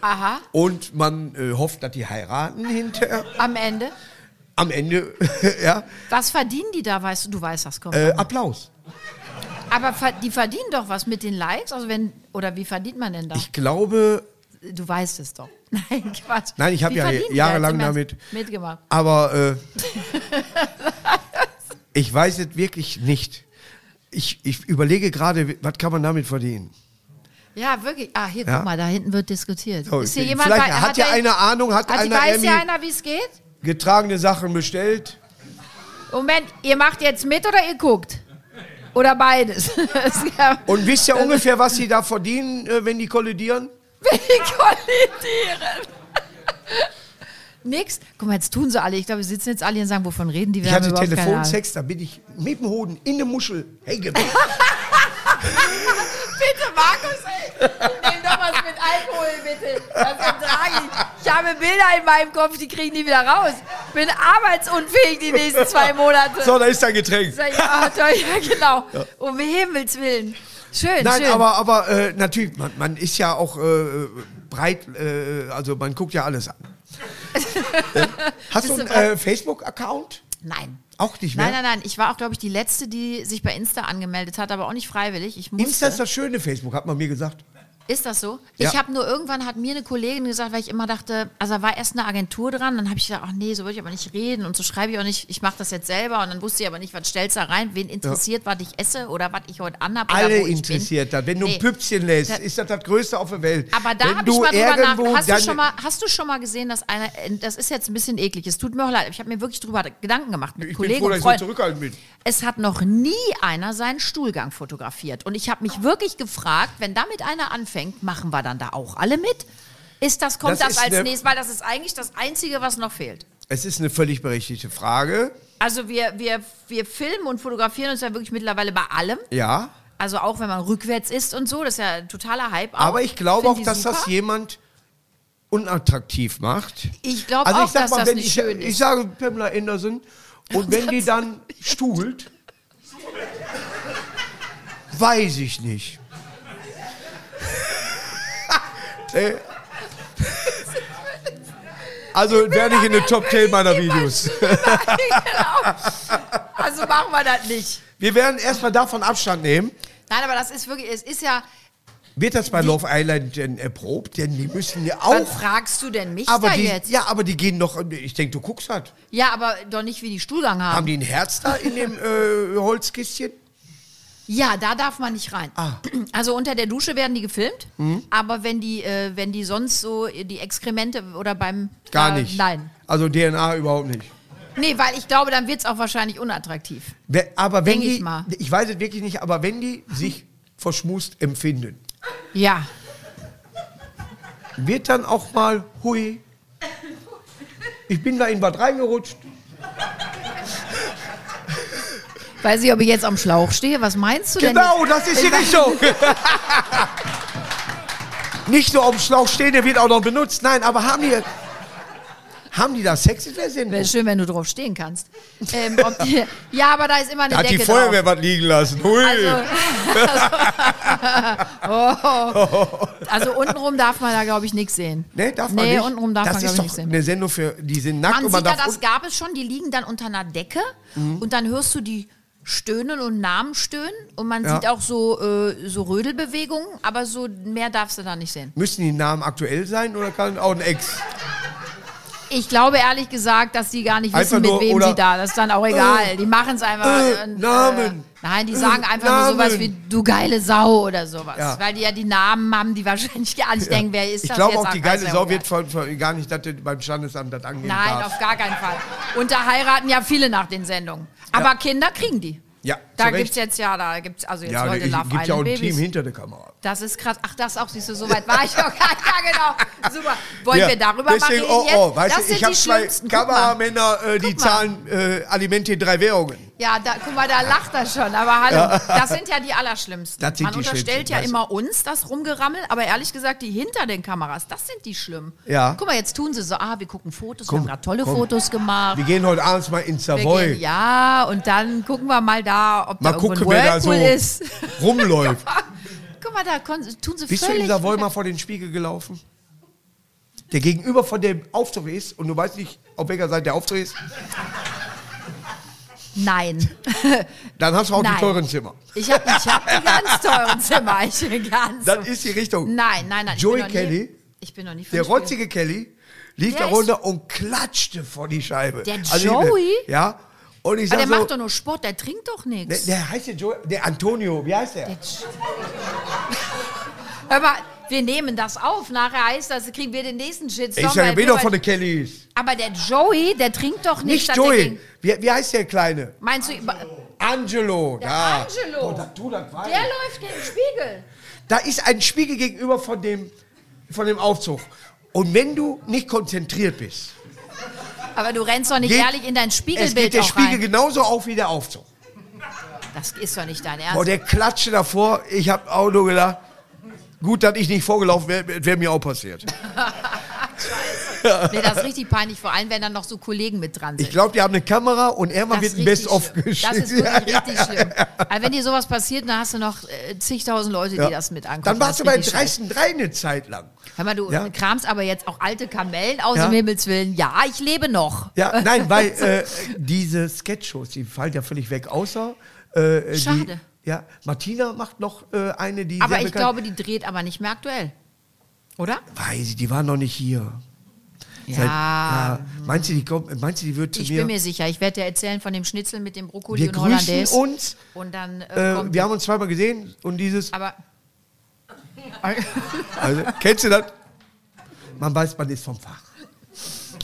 Aha, und man äh, hofft, dass die heiraten hinterher. am Ende. Am Ende, ja, Was verdienen die da, weißt du? Du weißt das, komm. äh, Applaus. Aber ver die verdienen doch was mit den Likes? Also wenn, oder wie verdient man denn da? Ich glaube, du weißt es doch. Nein, Quatsch. Nein, ich hab Wie ja verdienen die jahrelang da jetzt im damit- Ernst mitgemacht. aber äh, ich weiß es wirklich nicht. Ich, ich überlege gerade, was kann man damit verdienen? Ja, wirklich. Ah, hier, Ja? guck mal, da hinten wird diskutiert. Oh, ist hier ich- jemand Vielleicht bei, hat, ja er- einer Ahnung, hat, hat, einer Weiß ja irgendwie einer, wie es geht? getragene Sachen bestellt. Moment, ihr macht jetzt mit oder ihr guckt? Oder beides? Das ist ja- Und wisst ihr ungefähr, was sie da verdienen, äh, wenn die kollidieren? Wenn die kollidieren. Nix. Guck mal, jetzt tun sie alle. Ich glaube, wir sitzen jetzt alle hier und sagen, wovon reden die? Wir Ich haben hatte überhaupt keine Ahnung. Telefonsex, da bin ich mit dem Hoden in der Muschel hängen. Bitte, Markus, ey, nimm doch was mit Alkohol, bitte. Das ertrage ich. Ich habe Bilder in meinem Kopf, die kriegen die wieder raus. Bin arbeitsunfähig die nächsten zwei Monate. So, da ist dein Getränk. Sag ich, ah, toll, ja, genau. Um Himmels Willen. Schön, Nein, schön. aber, aber äh, natürlich, man, man ist ja auch äh, breit, äh, also man guckt ja alles an. Äh, Hast du Bist einen du bereit? äh, Facebook-Account? nein. Auch nicht mehr? Nein, nein, nein. Ich war auch, glaube ich, die Letzte, die sich bei Insta angemeldet hat, aber auch nicht freiwillig. Ich musste. Insta ist das schöne Facebook, hat man mir gesagt. Ist das so? Ja. Ich habe nur irgendwann hat mir eine Kollegin gesagt, weil ich immer dachte, also da war erst eine Agentur dran, dann habe ich gedacht, ach nee, so würde ich aber nicht reden und so schreibe ich auch nicht, ich mache das jetzt selber und dann wusste ich aber nicht, was stellst du da rein, wen interessiert, was ich esse oder was ich heute anhabe. oder Alle wo ich bin. interessiert das. Wenn du Nee. ein Püppchen lässt, ist das das Größte auf der Welt. Aber da Wenn habe ich du mal drüber irgendwo nach. Hast du, dann- schon mal, hast du schon mal gesehen, dass einer, äh, das ist jetzt ein bisschen eklig, es tut mir auch leid, ich habe mir wirklich drüber Gedanken gemacht mit Ich bin Kollegen froh, dass und ich so Freunden. zurückhaltend bin. Es hat noch nie einer seinen Stuhlgang fotografiert. Und ich habe mich wirklich gefragt, wenn damit einer anfängt, machen wir dann da auch alle mit? Ist das, kommt Das das, ist als eine- nächstes? Weil das ist eigentlich das Einzige, was noch fehlt. Es ist eine völlig berechtigte Frage. Also wir, wir, wir filmen und fotografieren uns ja wirklich mittlerweile bei allem. Ja. Also auch wenn man rückwärts ist und so, das ist ja ein totaler Hype. Auch. Aber ich glaube Find auch, die dass das super. jemand unattraktiv macht. Ich glaube auch, dass das wenn nicht Also ich, schön ich ist. sage Pamela Anderson und wenn die dann stuhlt, weiß ich nicht. Äh, also werde ich in den Top 10 meiner Videos. Genau. Also machen wir das nicht. Wir werden erstmal davon Abstand nehmen. Nein, aber das ist wirklich, es ist ja, Wird das bei Love Island denn erprobt? Denn die müssen ja was auch. fragst du denn mich Aber da die, jetzt? ja, aber die gehen doch. Ich denke, du guckst halt. Ja, aber doch nicht, wie die Stuhlgang haben. Haben die ein Herz da in dem äh, Holzkistchen? Ja, da darf man nicht rein. Ah. Also unter der Dusche werden die gefilmt, Mhm. aber wenn die, äh, wenn die sonst so äh, die Exkremente oder beim Gar da- nicht. Nein. Also DNA überhaupt nicht. Nee, weil ich glaube, dann wird es auch wahrscheinlich unattraktiv. We- Aber wenn Denk ich die, mal. ich weiß es wirklich nicht, aber wenn die sich verschmust empfinden, Ja. wird dann auch mal, hui, ich bin da in Bad reingerutscht. Weiß ich, ob ich jetzt am Schlauch stehe. Was meinst du Genau, denn? das ist die Richtung. nicht nur auf dem Schlauch stehen, der wird auch noch benutzt. Nein, aber haben die, haben die da Sex in der Sendung? Wäre schön, wenn du drauf stehen kannst. Ähm, ob die, ja, aber da ist immer eine Decke drauf. was liegen lassen. Hui. Also untenrum darf man da, glaube ich, nichts sehen. Nee, darf man nicht. untenrum darf das ist man, glaube ich, doch nichts sehen. eine Sendung für, die sind nackt Man und man sieht ja, darf... das un- gab es schon, die liegen dann unter einer Decke Mhm. und dann hörst du die stöhnen und Namen stöhnen und man Ja. sieht auch so, äh, so Rödelbewegungen, aber so mehr darfst du da nicht sehen. Müssen die Namen aktuell sein oder kann auch ein Ex? Ich glaube ehrlich gesagt, dass die gar nicht Einfach wissen, mit nur, wem oder- sie da, das ist dann auch egal. die machen es einfach. äh, und, Namen. nein, die sagen Äh, einfach nur sowas Namen. wie du geile Sau oder sowas, Ja. weil die ja die Namen haben, die wahrscheinlich gar nicht denken, wer ist Ich das glaube jetzt? auch, die Ach, geile ist ja Sau egal. wird von, von, gar nicht, dass du beim Standesamt das angehen Nein, darf. auf gar keinen Fall. Und da heiraten ja viele nach den Sendungen. Aber Kinder kriegen die. Ja, Da zu Recht. gibt es jetzt ja, da gibt es also jetzt ja, heute ich- Love gibt ja auch ein Island Team Babys. hinter der Kamera. Das ist krass. Ach, das auch, siehst du, so weit war ich noch gar Ja, genau. Super. Wollen Ja, wir darüber deswegen, mal reden oh, jetzt? oh, weißt das du, sind ich habe die zwei schlimmsten. Guck mal. Kameramänner, äh, die Guck mal. zahlen äh, Alimente in drei Währungen. Ja, da, guck mal, da lacht er schon. Aber hallo, das sind ja die Allerschlimmsten. Das sind Man die unterstellt Schlimmsten, ja weißt du. immer uns das Rumgerammel, aber ehrlich gesagt, die hinter den Kameras, das sind die schlimm. Ja. Guck mal, jetzt tun sie so, ah, wir gucken Fotos, Komm, wir haben gerade tolle komm. Fotos gemacht. Wir gehen heute abends mal ins Wir Savoy. gehen, ja, und dann gucken wir mal da, ob Mal da gucken, irgendwo wer ein da so Whirlpool ist. rumläuft. Guck mal, da kon- tun sie Bist du völlig... in Savoy mal vor den Spiegel gelaufen? Der gegenüber von dem Auftritt ist und du weißt nicht, auf welcher Seite der Auftritt ist, Nein. dann hast du auch Nein. die teuren Zimmer. Ich habe ich hab die ganz teuren Zimmer. Ich bin ganz... Das ist die Richtung. nein, nein, nein. ich Joey bin noch nie- Kelly, Ich bin noch nie für Der ein Spiel- rotzige Kelly lief Der da runter und klatschte vor die Scheibe. Also Der ich- Joey? ja. Und ich Aber der sag so, macht doch nur Sport, der trinkt doch der, nichts. also- der heißt der Joey, der Antonio, wie heißt der? Aber wir nehmen das auf. Nachher heißt das, kriegen wir den nächsten Shitstorm. ich sage, weil bin wir doch bei- von den Kellys. aber der Joey, der trinkt doch nicht. Nicht dass der Joey. ging- Wie, wie heißt der Kleine? Meinst du, ba- Angelo. der da. Angelo, Oh, da, tu das weiter. der läuft gegen den Spiegel. Da ist ein Spiegel gegenüber von dem, von dem Aufzug. Und wenn du nicht konzentriert bist, Aber du rennst doch nicht Geht- ehrlich in dein es Spiegelbild geht der auch Spiegel rein. genauso auf wie der Aufzug. Das ist doch nicht dein Boah, Ernst. der klatschte davor. Ich habe auch nur gedacht, gut, dass ich nicht vorgelaufen wäre, wäre mir auch passiert. Nee, das ist richtig peinlich, vor allem wenn dann noch so Kollegen mit dran sind. Ich glaube, die haben eine Kamera und Erma das wird ist ein richtig Best-of schlimm. geschickt. Das ist wirklich Ja, ja, richtig ja, schlimm. ja, ja. Aber wenn dir sowas passiert, dann hast du noch äh, zigtausend Leute, die das mit angucken. Dann Das warst du ist beim richtig scheiße. 33 eine Zeit lang. Hör mal, du Ja. kramst aber jetzt auch alte Kamellen aus Ja. dem Himmels Willen. Ja, ich lebe noch. Ja, nein, weil äh, diese Sketch-Shows, die fallen ja völlig weg, außer. Äh, die- Schade. Ja, Martina macht noch äh, eine, die. aber sehr ich bekannt- glaube, die dreht aber nicht mehr aktuell. Oder? Weiß ich, die war noch nicht hier. Ja. Seit- Meinst du, die kommt, meinst du, die wird zu Ich mir? bin mir sicher. Ich werde dir erzählen von dem Schnitzel mit dem Brokkoli wir und grüßen Hollandaise. uns. und dann äh, Äh, kommt wir haben uns zweimal gesehen und dieses. aber Also, kennst du das? Man weiß, man ist vom Fach.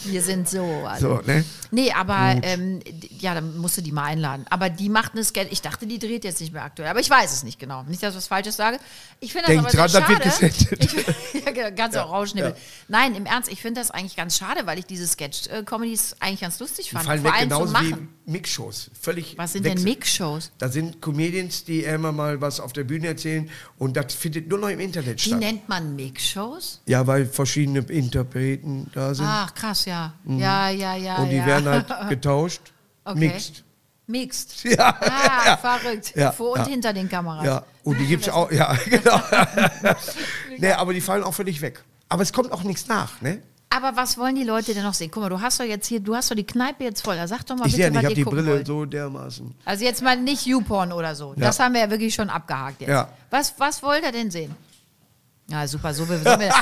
wir sind so. Also. So, ne? Nee, aber ähm, d- ja, dann musst du die mal einladen. Aber die macht eine Sketch. Ich dachte, die dreht jetzt nicht mehr aktuell. Aber ich weiß es nicht genau. Nicht, dass ich was Falsches sage. Ich finde das Denk aber sehr dran, schade. das wird gesendet. Ich, ja, genau, kannst du auch rausschnibbeln. Nein, im Ernst, ich finde das eigentlich ganz schade, weil ich diese Sketch-Comedies eigentlich ganz lustig Die fand. fallen Vor weg, allem zu genauso wie machen. Mix-Shows. Völlig. Was sind weg denn Mix-Shows? Da sind Comedians, die immer mal was auf der Bühne erzählen und das findet nur noch im Internet Die statt. nennt man Mix-Shows? Ja, weil verschiedene Interpreten da sind Ach, krass, ja. Ja, ja, Ah, ja. Hm. und die ja. werden halt getauscht, Okay. mixed. Mixed. Ja. Ah, Ja. verrückt. Ja, Vor und ja. hinter den Kameras. Ja, und die gibt's auch, ja, genau. nee, aber die fallen auch völlig weg. Aber es kommt auch nichts nach, ne? Aber was wollen die Leute denn noch sehen? Guck mal, du hast doch jetzt hier, du hast doch die Kneipe jetzt voll. Da sag doch mal Ich bitte, sehe nicht, was ich habe ihr die gucken Brille wollt. so dermaßen. Also jetzt mal nicht YouPorn oder so. Das haben wir ja wirklich schon abgehakt jetzt. Ja. Was, was wollt ihr denn sehen? Ja, super, so wie sollen wir,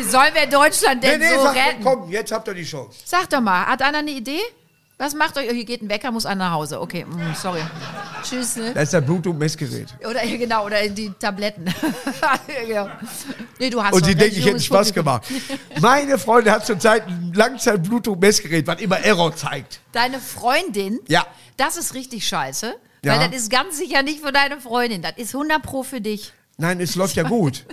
wie sollen wir Deutschland Nee, denn nee, so sag, retten? komm, jetzt habt ihr die Chance. Sag doch mal, hat einer eine Idee? Was macht euch? Oh, Hier geht ein Wecker, muss einer nach Hause. Okay, mm, sorry. Tschüss. Ne? Da ist der Bluetooth-Messgerät. Oder ja, genau, oder die Tabletten. genau. Nee, du hast Und doch sie recht, denken, ich hätte junges Spaß Publikum. gemacht. Meine Freundin hat zurzeit ein Langzeitblutung-Messgerät, was immer Error zeigt. Deine Freundin? Ja. Das ist richtig scheiße. Ja. Weil das ist ganz sicher nicht für deine Freundin. Das ist 100 Pro für dich. Nein, es läuft ja gut.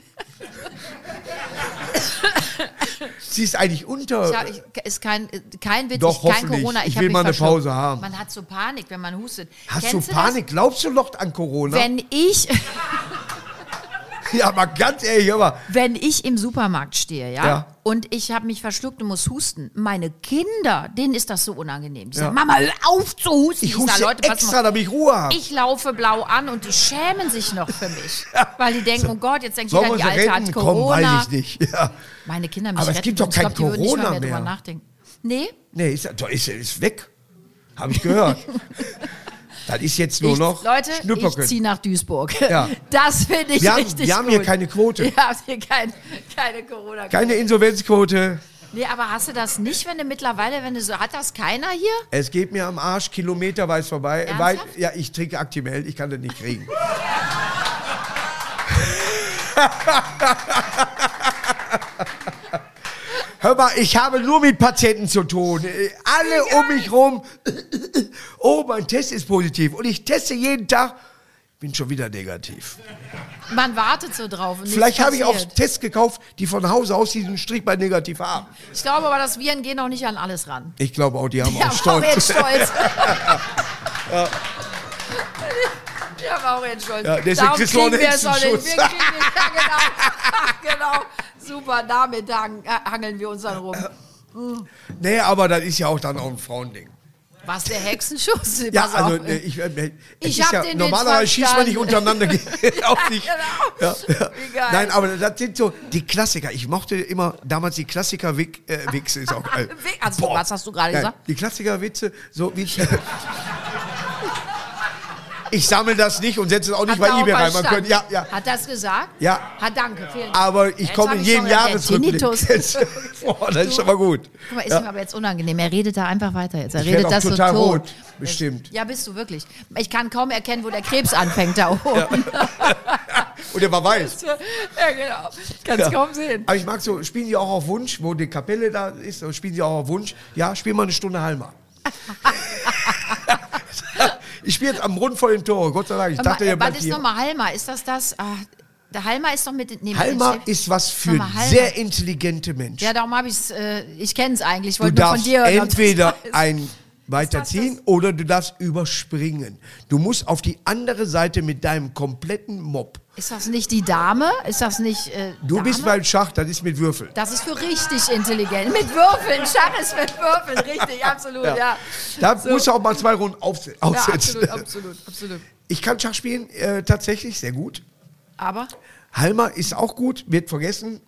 Sie ist eigentlich unter. Ich hab, ich, ist kein, kein Witz, Doch, ich, kein hoffentlich. Corona. Ich hab will mich mal eine verschluckt. Pause haben. Man hat so Panik, wenn man hustet. Hast du Kennst Panik? Glaubst du noch an Corona? Das? Wenn ich, ja, aber ganz ehrlich, aber wenn ich im Supermarkt stehe, ja, Ja. und ich habe mich verschluckt und muss husten, meine Kinder, denen ist das so unangenehm. Die Ja. sagen, Mama, hör auf zu husten. ich sag, huste pass mal extra, damit ich Ruhe habe. Ich laufe blau an und die schämen sich noch für mich. Weil die denken, oh Gott, jetzt denkt Sollen wir jeder, uns die Alte retten? hat Komm, Corona. weiß ich nicht. Ja. Meine Kinder mich Aber es retten gibt doch würden. kein ich glaub, die würden nicht Corona mehr, mehr. drüber nachdenken. Nee, Nee, ist, doch, ist, ist weg. Habe ich gehört. das ist jetzt nur ich, noch Leute, ich Schnüpperken. ziehe nach Duisburg. Ja. Das finde ich Wir haben- richtig wir haben gut. hier keine Quote. Wir haben hier kein, keine corona Keine Insolvenzquote. Nee, aber hast du das nicht, wenn du mittlerweile, wenn du so, hat das keiner hier? Es geht mir am Arsch kilometerweit vorbei. Weil, Ernsthaft? ja, ich trinke Actimel, ich kann das nicht kriegen. Hör mal, ich habe nur mit Patienten zu tun. Äh, Alle um mich rum. Oh, mein Test ist positiv. Und ich teste jeden Tag. Bin schon wieder negativ. Man wartet so drauf. Und nichts Vielleicht habe ich auch passiert. Tests gekauft, die von Hause aus diesen Strich bei negativ haben. Ich glaube aber, das Viren gehen auch nicht an alles ran. Ich glaube auch, die haben Ja, auch aber Stolz. jetzt stolz. Wir haben auch Ihren Schulz. Ja, deswegen kriegst du auch kriegen wir den es auch nicht. Wir Hexenschuss. kriegen es, ja, genau. genau. Super, damit hang- äh, hangeln wir uns dann rum. Nee, aber das ist ja auch dann auch ein Frauending. Was, der Hexenschuss? Ja, Pass also auf. äh, ich, äh, es Ich ist hab ja, den normalerweise jetzt schießt man nicht verstanden. untereinander ge- auf dich. genau. Wie geil. Nein, aber das sind so die Klassiker. Ich mochte immer damals die Klassiker Wichse äh, Wichse ist auch geil. Wichse- also, was hast du gerade Nein, gesagt? Die Klassiker Witze, so wie Ich sammle das nicht und setze es auch nicht er bei auch eBay rein. Man verstanden. könnte, ja, ja. Hat das gesagt? Ja. Ah, Hat danke, vielen Dank. Aber ich Jetzt komme hab in ich jedem schon- der Jahresrückblick. Tinnitus. Jetzt- Boah, das ist schon mal gut. Guck mal, ist Ja. ihm aber jetzt unangenehm. Er redet da einfach weiter jetzt. Er Ich werd redet auch das so total tot. rot, bestimmt. Ja, bist du wirklich. Ich kann kaum erkennen, wo der Krebs anfängt da oben. Und der war weiß. Ja, genau. Kannst Ja. kaum sehen. Aber ich mag so, spielen die auch auf Wunsch, wo die Kapelle da ist, und spielen die auch auf Wunsch. Ja, spiel mal eine Stunde Halma. ich spiele jetzt am Rund vor dem Tor, Gott sei Dank. Ich dachte, äh, ihr Warte, was bleibt ist hier. nochmal Halma? Ist das das? Ah, der Halma ist doch mit... den- Nee, mit den Halma Steffen- ist was für Sag mal, Halma. sehr intelligente Menschen. Ja, darum habe ich es... Äh, ich kenne es eigentlich. Ich du wollte nur von darfst dir hören. ob du entweder es weißt. ein weiterziehen oder du darfst überspringen. Du musst auf die andere Seite mit deinem kompletten Mob. Ist das nicht die Dame? Ist das nicht... Äh, Du Dame? bist beim Schach, das ist mit Würfeln. Das ist für richtig intelligent. Mit Würfeln. Schach ist mit Würfeln. Richtig, absolut, ja. ja. Da musst du auch mal zwei Runden aufse aufsetzen. absolut, absolut, absolut. Ich kann Schach spielen, äh, tatsächlich, sehr gut. Aber... Halmer ist auch gut, wird vergessen.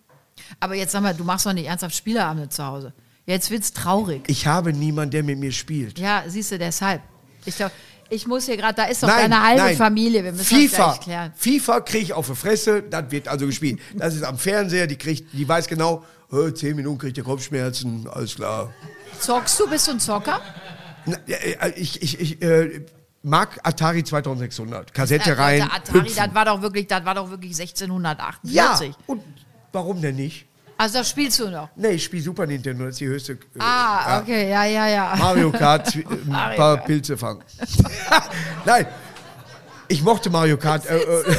Aber jetzt sag mal, du machst doch nicht ernsthaft Spieleabende zu Hause. Jetzt wird's traurig. Ich habe niemanden, der mit mir spielt. Ja, siehst du, deshalb. Ich, glaub, ich muss hier gerade, da ist doch Nein, deine halbe nein. Familie. Wir müssen das FIFA, gleich klären. FIFA kriege ich auf die Fresse, das wird also gespielt. Das ist am Fernseher, die, kriegt, die weiß genau, äh, zehn Minuten kriegt der Kopfschmerzen, alles klar. Zockst du, bist du ein Zocker? Na, äh, ich ich, ich äh, mag Atari 2600, Kassette Äh, rein. Leute, Atari, hüpfen. das war doch wirklich, das war doch wirklich 1648. ja, und warum denn nicht? Also das spielst du noch. Nee, ich spiele Super Nintendo, das ist die höchste. äh, Ah, ja. okay, ja, ja, ja. Mario Kart, äh, ein Mario paar Kart. Pilze fangen. Nein, ich mochte Mario Kart. Äh, äh,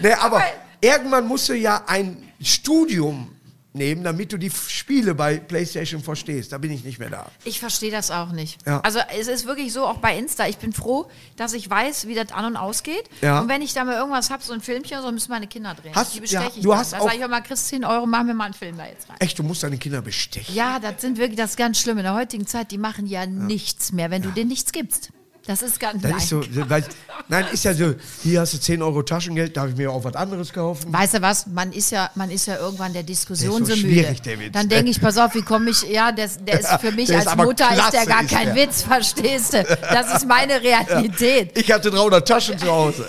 nee, aber irgendwann musst du ja ein Studium nehmen, damit du die F- Spiele bei PlayStation verstehst. Da bin ich nicht mehr da. Ich verstehe das auch nicht. Ja. Also es ist wirklich so, auch bei Insta, ich bin froh, dass ich weiß, wie das an und ausgeht. Ja. Und wenn ich da mal irgendwas habe, so ein Filmchen, so müssen meine Kinder drehen. Hast- Die besteche ja, ich du dann. hast Da auch- sage ich immer, kriegst 10 Euro, mach mir mal einen Film da jetzt rein. Echt, du musst deine Kinder bestechen. Ja, das sind wirklich das ist ganz schlimm. In der heutigen Zeit, die machen ja, nichts mehr, wenn du denen nichts gibst. Das ist ganz Das nein. ist so, so, weil, nein, ist ja so, hier hast du 10 Euro Taschengeld, darf ich mir auch was anderes kaufen? Weißt du was? Man ist ja, man ist ja irgendwann der Diskussion Der so ist so müde. schwierig, der Witz, Dann ne? denke ich, pass auf, wie komme ich? Ja, der, ist- der ist für mich Der ist als aber Mutter ist der klasse, gar ist der. kein Witz, verstehst du? Das ist meine Realität. Ich hatte 300 Taschen zu Hause.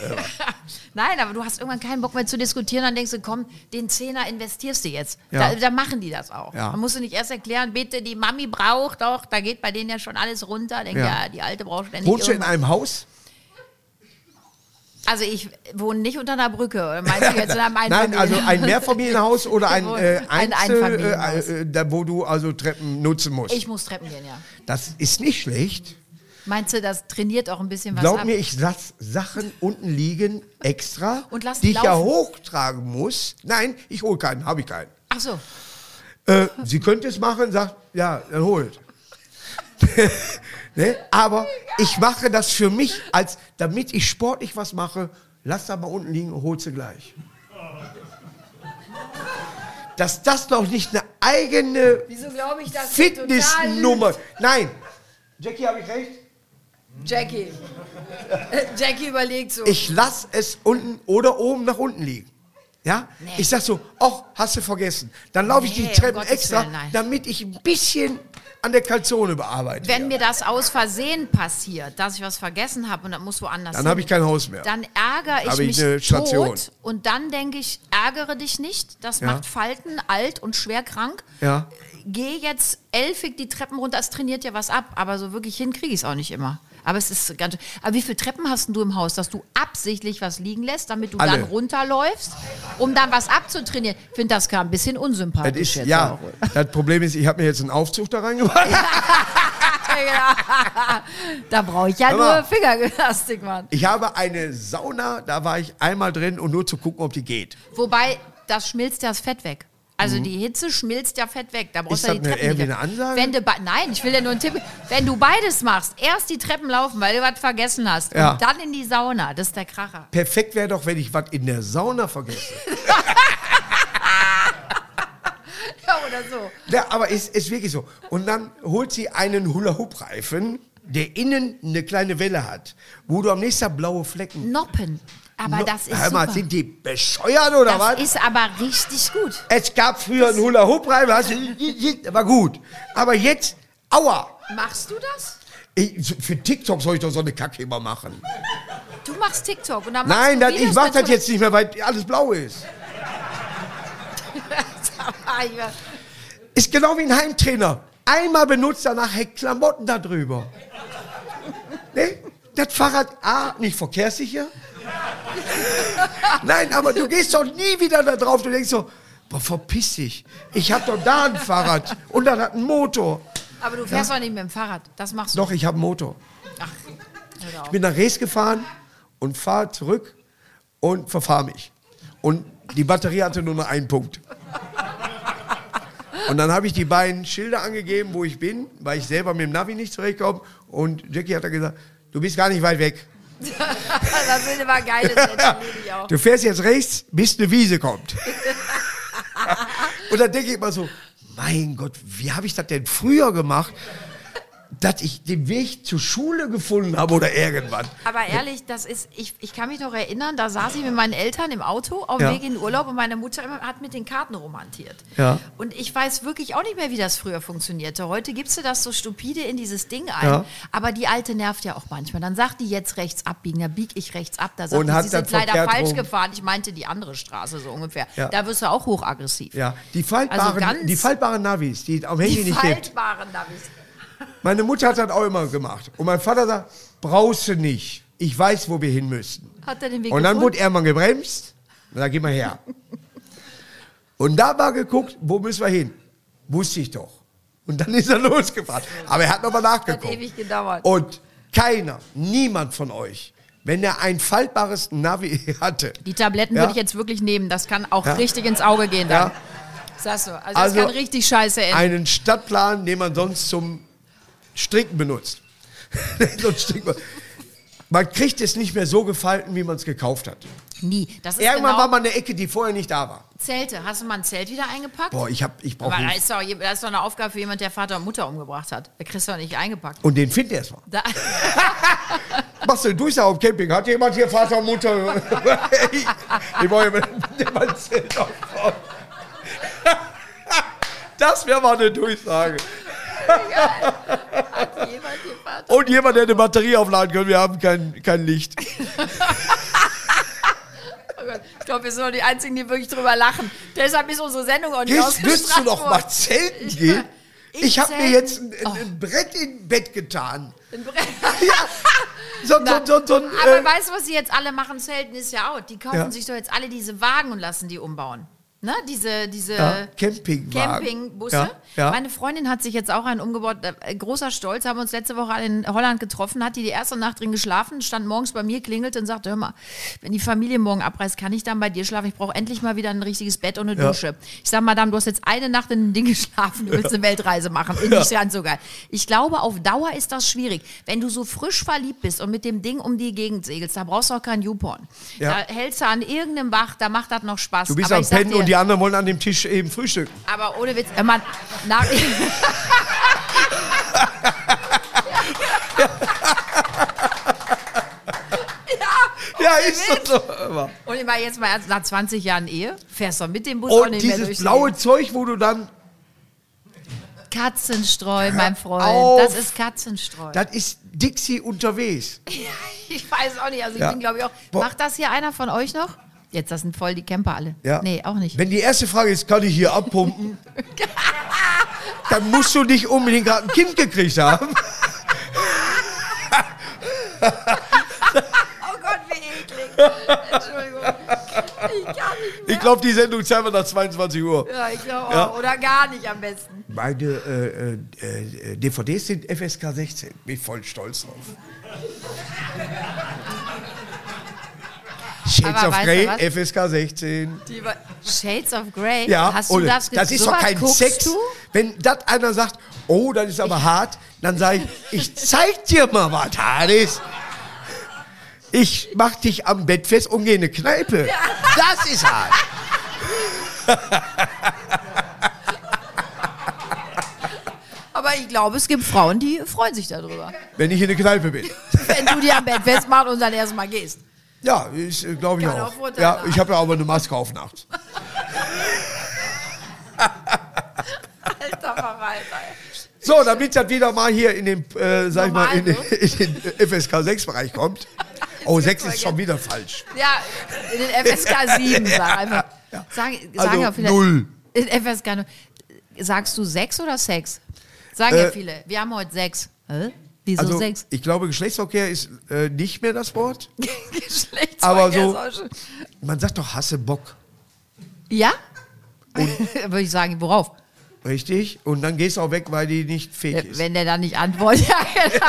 Nein, aber du hast irgendwann keinen Bock mehr zu diskutieren, dann denkst du, komm, den Zehner investierst du jetzt. Ja. Da, da machen die das auch. Ja. Man musst du nicht erst erklären, bitte, die Mami braucht doch, da geht bei denen ja schon alles runter. Denk, ja. Ja. die Alte braucht ständig Wohnst du in irgendwas. einem Haus? Also ich wohne nicht unter einer Brücke. Meinst du jetzt in einem Nein, Einfamilien- also ein Mehrfamilienhaus oder ein Jawohl, äh, ein Einzel, Einfamilienhaus. äh, äh, da, wo du also Treppen nutzen musst. Ich muss Treppen gehen, ja. das ist nicht schlecht. Meinst du, das trainiert auch ein bisschen was Glaub ab? mir, ich lasse Sachen unten liegen extra, Und lass die ich ja laufen. hochtragen muss. Nein, ich hole keinen, habe ich keinen. Ach so. Äh, sie könnte es machen, sagt, ja, dann holt. ne? Aber ich mache das für mich, als damit ich sportlich was mache, lass da mal unten liegen und hol sie gleich. Dass das noch nicht eine eigene Wieso glaube ich das? Fitnessnummer. Nein. Jackie, habe ich recht? Jackie. Jackie überlegt so. Ich lasse es unten oder oben nach unten liegen. Ja? Ich sag so, ach, hast du vergessen. Dann laufe ich Nee, die um Treppen Gottes extra, Willen, nein. damit ich ein bisschen an der Kalzone bearbeite. Wenn mir das aus Versehen passiert, dass ich was vergessen habe und das muss woanders Dann hin, habe ich kein Haus mehr. dann ärgere ich Habe ich mich eine Station. tot und dann denke ich, ärgere dich nicht, das Ja. macht Falten, alt und schwer krank. Ja. Geh jetzt elfig die Treppen runter, es trainiert ja was ab, aber so wirklich hin kriege ich es auch nicht immer. Aber es ist ganz Aber wie viele Treppen hast denn du im Haus, dass du absichtlich was liegen lässt, damit du Alle. dann runterläufst, um dann was abzutrainieren? Ich finde das gerade ein bisschen Das unsympathisch ist, jetzt ja, auch. das Problem ist, ich habe mir jetzt einen Aufzug da reingemacht. Da brauche ich ja Hör mal. nur Fingergelastik, Mann. Ich habe eine Sauna, da war ich einmal drin und nur zu um gucken, ob die geht. Wobei, das schmilzt ja das Fett weg. Also die Hitze schmilzt ja fett weg. Da brauchst Mhm. Ist du das die eine- Treppen irgendwie nicht- eine Ansage? Wenn du bei- Nein, ich will dir nur einen Tipp. Wenn du beides machst, erst die Treppen laufen, weil du was vergessen hast, Ja. und dann in die Sauna, das ist der Kracher. Perfekt wäre doch, wenn ich was in der Sauna vergesse. Ja, oder so. Ja, aber es ist wirklich so. Und dann holt sie einen Hula-Hoop-Reifen, der innen eine kleine Welle hat, wo du am nächsten Tag blaue Flecken. Noppen. Aber das ist Hör mal, super. sind die bescheuert oder das was? ist aber richtig gut. Es gab früher einen Hula-Hoop-Reifen, hast du- war gut. Aber jetzt, aua. Machst du das? Ich, für TikTok soll ich doch so eine Kacke immer machen. Du machst TikTok und dann machst Nein, du das, ich Videos mach mit das Hula- jetzt nicht mehr, weil alles blau ist. Ist genau wie ein Heimtrainer. Einmal benutzt, danach hängt Klamotten da drüber. Ne? Das Fahrrad A, nicht verkehrssicher. Nein, aber du gehst doch nie wieder da drauf. Du denkst so, boah, verpiss dich. Ich hab doch da ein Fahrrad und dann hat ein Motor. aber du fährst doch nicht mit dem Fahrrad. Das machst du. Doch, ich hab einen Motor. Ach, hör Ich auf. bin nach Rees gefahren und fahre zurück und verfahre mich. Und die Batterie hatte nur noch einen Punkt. Und dann habe ich die beiden Schilder angegeben, wo ich bin, weil ich selber mit dem Navi nicht zurechtkomme. Und Jackie hat dann gesagt, du bist gar nicht weit weg. das sind immer geile Sätze, liebe ich auch. Du fährst jetzt rechts, bis eine Wiese kommt. Und dann denke ich immer so, mein Gott, wie habe ich das denn früher gemacht, dass ich den Weg zur Schule gefunden habe oder irgendwann. Aber ehrlich, das ist, ich, ich kann mich noch erinnern, da saß ich mit meinen Eltern im Auto auf dem Ja. Weg in den Urlaub und meine Mutter immer- hat mit den Karten romantiert. Ja. Und ich weiß wirklich auch nicht mehr, wie das früher funktionierte. Heute gibst du das so stupide in dieses Ding ein. Ja. Aber die alte nervt ja auch manchmal. Dann sagt die jetzt rechts abbiegen, dann bieg ich rechts ab. Da sagt Und die, hat sie dann sind leider verkehrt falsch rum. gefahren. Ich meinte die andere Straße so ungefähr. Ja. Da wirst du auch hochaggressiv. Ja, die faltbaren, Also ganz- die faltbaren Navis, die am Handy Die nicht gibt. faltbaren, darf ich Meine Mutter hat das auch immer gemacht. Und mein Vater sagt, brauchst du nicht. Ich weiß, wo wir hin müssen. Hat er den Weg Und dann gefunden? wurde er mal gebremst. Und da geh mal her. Und da war geguckt, wo müssen wir hin? Wusste ich doch. Und dann ist er losgefahren. Aber er hat nochmal Hat nachgeguckt. ewig gedauert. Und keiner, niemand von euch, wenn er ein faltbares Navi hatte, Die Tabletten Ja. würde ich jetzt wirklich nehmen. Das kann auch Ja. richtig ins Auge gehen dann. Ja. Sagst du. Also, Also, das kann richtig scheiße enden. einen Stadtplan, den man sonst zum Stricken benutzt. So ein Strickplan. man kriegt es nicht mehr so gefalten, wie man es gekauft hat. Nie. Das ist Irgendwann genau war mal eine Ecke, die vorher nicht da war. Zelte. Hast du mal ein Zelt wieder eingepackt? Boah, ich, hab- ich brauche Aber da ist, doch, je- da ist doch eine Aufgabe für jemand, der Vater und Mutter umgebracht hat. Da kriegst du doch nicht eingepackt. Und den findet er erstmal. Da, Machst du einen Durchsage auf dem Camping? Hat jemand hier Vater und Mutter? ich ich wollte mir mal ein Zelt aufbauen. Das wäre mal eine Durchsage. jemand den Vater. Und jemand, der eine Batterie aufladen können. Wir haben kein, kein Licht. Oh Gott. Ich glaube, wir sind doch die Einzigen, die wirklich drüber lachen. Deshalb ist unsere Sendung auch nicht Jetzt wirst du ausgestrahlt noch worden. mal zelten gehen. Ich Ich, habe mir zelten. jetzt ein, ein, ein Brett in Bett getan. Ein Brett. Ja. So, so, so, so, ein, Aber äh, weißt du, was sie jetzt alle machen? Zelten ist ja out. Die kaufen Ja. sich doch jetzt alle diese Wagen und lassen die umbauen. Ne? Diese, diese ja, Campingwagen. Campingbusse. Ja, ja. Meine Freundin hat sich jetzt auch einen umgebaut. Äh, Großer Stolz, haben wir uns letzte Woche alle in Holland getroffen, hat die die erste Nacht drin geschlafen, stand morgens bei mir, klingelte und sagte, hör mal, wenn die Familie morgen abreist, kann ich dann bei dir schlafen? Ich brauche endlich mal wieder ein richtiges Bett und eine Ja. Dusche. Ich sag, Madame, du hast jetzt eine Nacht in dem Ding geschlafen, du willst eine Weltreise machen. Ist nicht ganz so geil. Ich glaube, auf Dauer ist das schwierig. Wenn du so frisch verliebt bist und mit dem Ding um die Gegend segelst, da brauchst du auch kein YouPorn. Ja. Da hältst du an irgendeinem Bach, da macht das noch Spaß. du bist Aber am ich sag Pennen dir- und die anderen wollen an dem Tisch eben frühstücken. aber ohne Witz, wenn man nach. Ja, ist doch so. Aber- Und immer jetzt mal ernst, nach 20 Jahren Ehe fährst du mit dem Bus auch Und nicht mehr dieses durch. die blaue Zeug, wo du dann, Gegend. Katzenstreu, mein Freund. auf. Das ist Katzenstreu. das ist Dixie unterwegs. ich weiß auch nicht, also ich Ja. bin glaube ich auch. Boah. Macht das hier einer von euch noch? Jetzt, das sind voll die Camper alle. Ja. Nee, auch nicht. Wenn die erste Frage ist, kann ich hier abpumpen? dann musst du nicht unbedingt gerade ein Kind gekriegt haben. Oh Gott, wie eklig. Entschuldigung. Ich kann nicht Ich glaube, die Sendung zeigen wir nach 22 Uhr. Ja, ich glaube Ja. auch. Oh, Oder gar nicht am besten. Meine äh, äh, äh, DVDs sind FSK 16. Bin ich voll stolz drauf. Shades Aber of weißt Grey, du was? FSK 16. Die war- Shades of Grey? Ja, Hast du ohne. das, ge- das ist doch sowas kein guckst Sex. Du? Wenn das einer sagt, oh, das ist aber hart, dann sage ich, ich zeig dir mal was Hartes. Ich mach dich am Bett fest und gehe in eine Kneipe. Das ist hart. Aber ich glaube, es gibt Frauen, die freuen sich darüber. Wenn ich in eine Kneipe bin. Wenn du dir am Bett festmachst und dann erstmal gehst. Ja, ich glaube ich Kann auch. auch Vorteile Ja, haben. ich habe ja aber eine Maske auf nachts. Alter Verwalter. So, damit das wieder mal hier in den, äh, sag ich mal, in, den- Normal, ne? in den FSK 6 Bereich kommt. Oh, 6 ist schon wieder falsch. Ja, in den FSK 7, sag einfach. Sag, sagen Also ja viele, null. In FSK 0. Sagst du Sex oder Sex? Sagen ja Äh, viele. Wir haben heute Sex. Hä? Wieso Also, Sex? ich glaube, Geschlechtsverkehr ist äh, nicht mehr das Wort. Geschlechtsverkehr Aber so- ist auch schon- Man sagt doch Hasse Bock, Ja? Würde ich sagen, worauf? Äh, richtig? Und dann gehst du auch weg, weil die nicht fähig ist. Wenn der dann nicht antwortet. Ja, genau.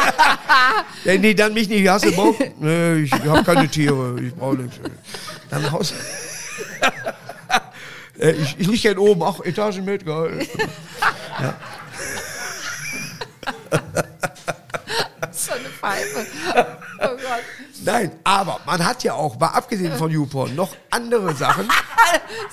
Wenn die dann mich nicht Hasse Bock, nee, ich habe keine Tiere, ich brauche nichts. Dann haus. Äh, ich ich liege hier oben, ach, Etagen mit, geil. so eine Pfeife. Oh Gott. Nein, aber man hat ja auch, mal abgesehen von YouPorn, noch andere Sachen.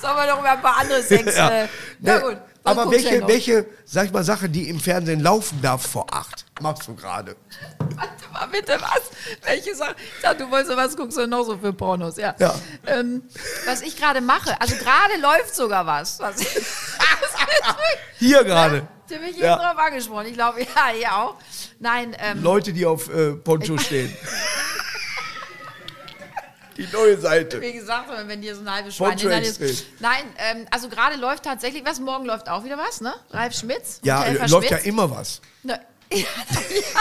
Sollen wir noch über ein paar andere Sex. Ja. Äh, Ne, na gut. sonst aber guckst du ja welche, noch. welche, sag ich mal, Sache, die im Fernsehen laufen darf vor acht, machst du gerade? Warte mal, bitte, was? Welche Sache? Ich dachte, du wolltest was guckst du noch so für Pornos, ja. Ja. Ähm, was ich gerade mache, also gerade läuft sogar was. was ich, Hier gerade. ich mich Ja. eben drauf angesprochen. Ich glaube, ja, ihr auch. Nein, ähm, Leute, die auf äh, Poncho stehen. die neue Seite. wie gesagt, wenn dir so eine halbe Schweine Poncho hinter dir ist. Express. Nein, ähm, also gerade läuft tatsächlich was. Morgen läuft auch wieder was, ne? Ralf Schmitz? Ja, Hotel äh, läuft ja verschwitzt. immer was. Ne- Ja,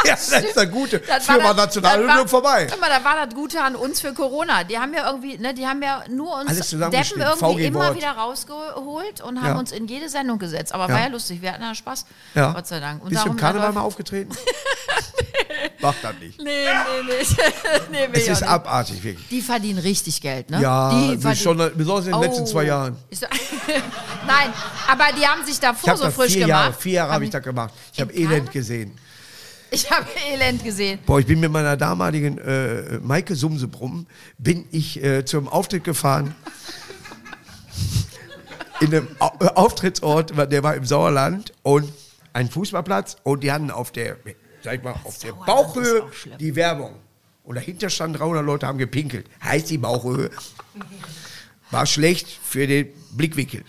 Ja, das ist der Gute. Das war Firma das- das war- Nationalhymne vorbei. Guck mal, da war das Gute an uns für Corona. Die haben ja irgendwie, ne, die haben ja nur Alles uns Deppen zusammengeschrieben, irgendwie VG immer Wort. wieder rausgeholt und haben Ja. uns in jede Sendung gesetzt. Aber Ja. war ja lustig, wir hatten ja Spaß. Ja. Gott sei Dank. Bist du im darum- Karneval mal aufgetreten? Mach das nicht. Nee, nee, nee. nee will Es ich ist auch nicht. abartig, wirklich. Die verdienen richtig Geld, ne? Ja, die Oh. also schon, besonders in den letzten zwei Jahren. Ich so- Nein, aber die haben sich Ich davor habe so das frisch vier gemacht. Jahre, vier Jahre habe ich das gemacht. Ich habe Im Elend Karneval? gesehen. Ich habe Elend gesehen. Boah, ich bin mit meiner damaligen äh, Maike Sumsebrumm, bin ich äh, zum Auftritt gefahren. In einem Au äh, Auftrittsort, wa- der war im Sauerland und ein Fußballplatz und die hatten auf der, sag ich mal, auf der Sauerland Bauchhöhe ist auch schlimm. die Werbung. Und dahinter standen 300 Leute, haben gepinkelt. Heißt die Bauchhöhe. War schlecht für den Blickwinkel.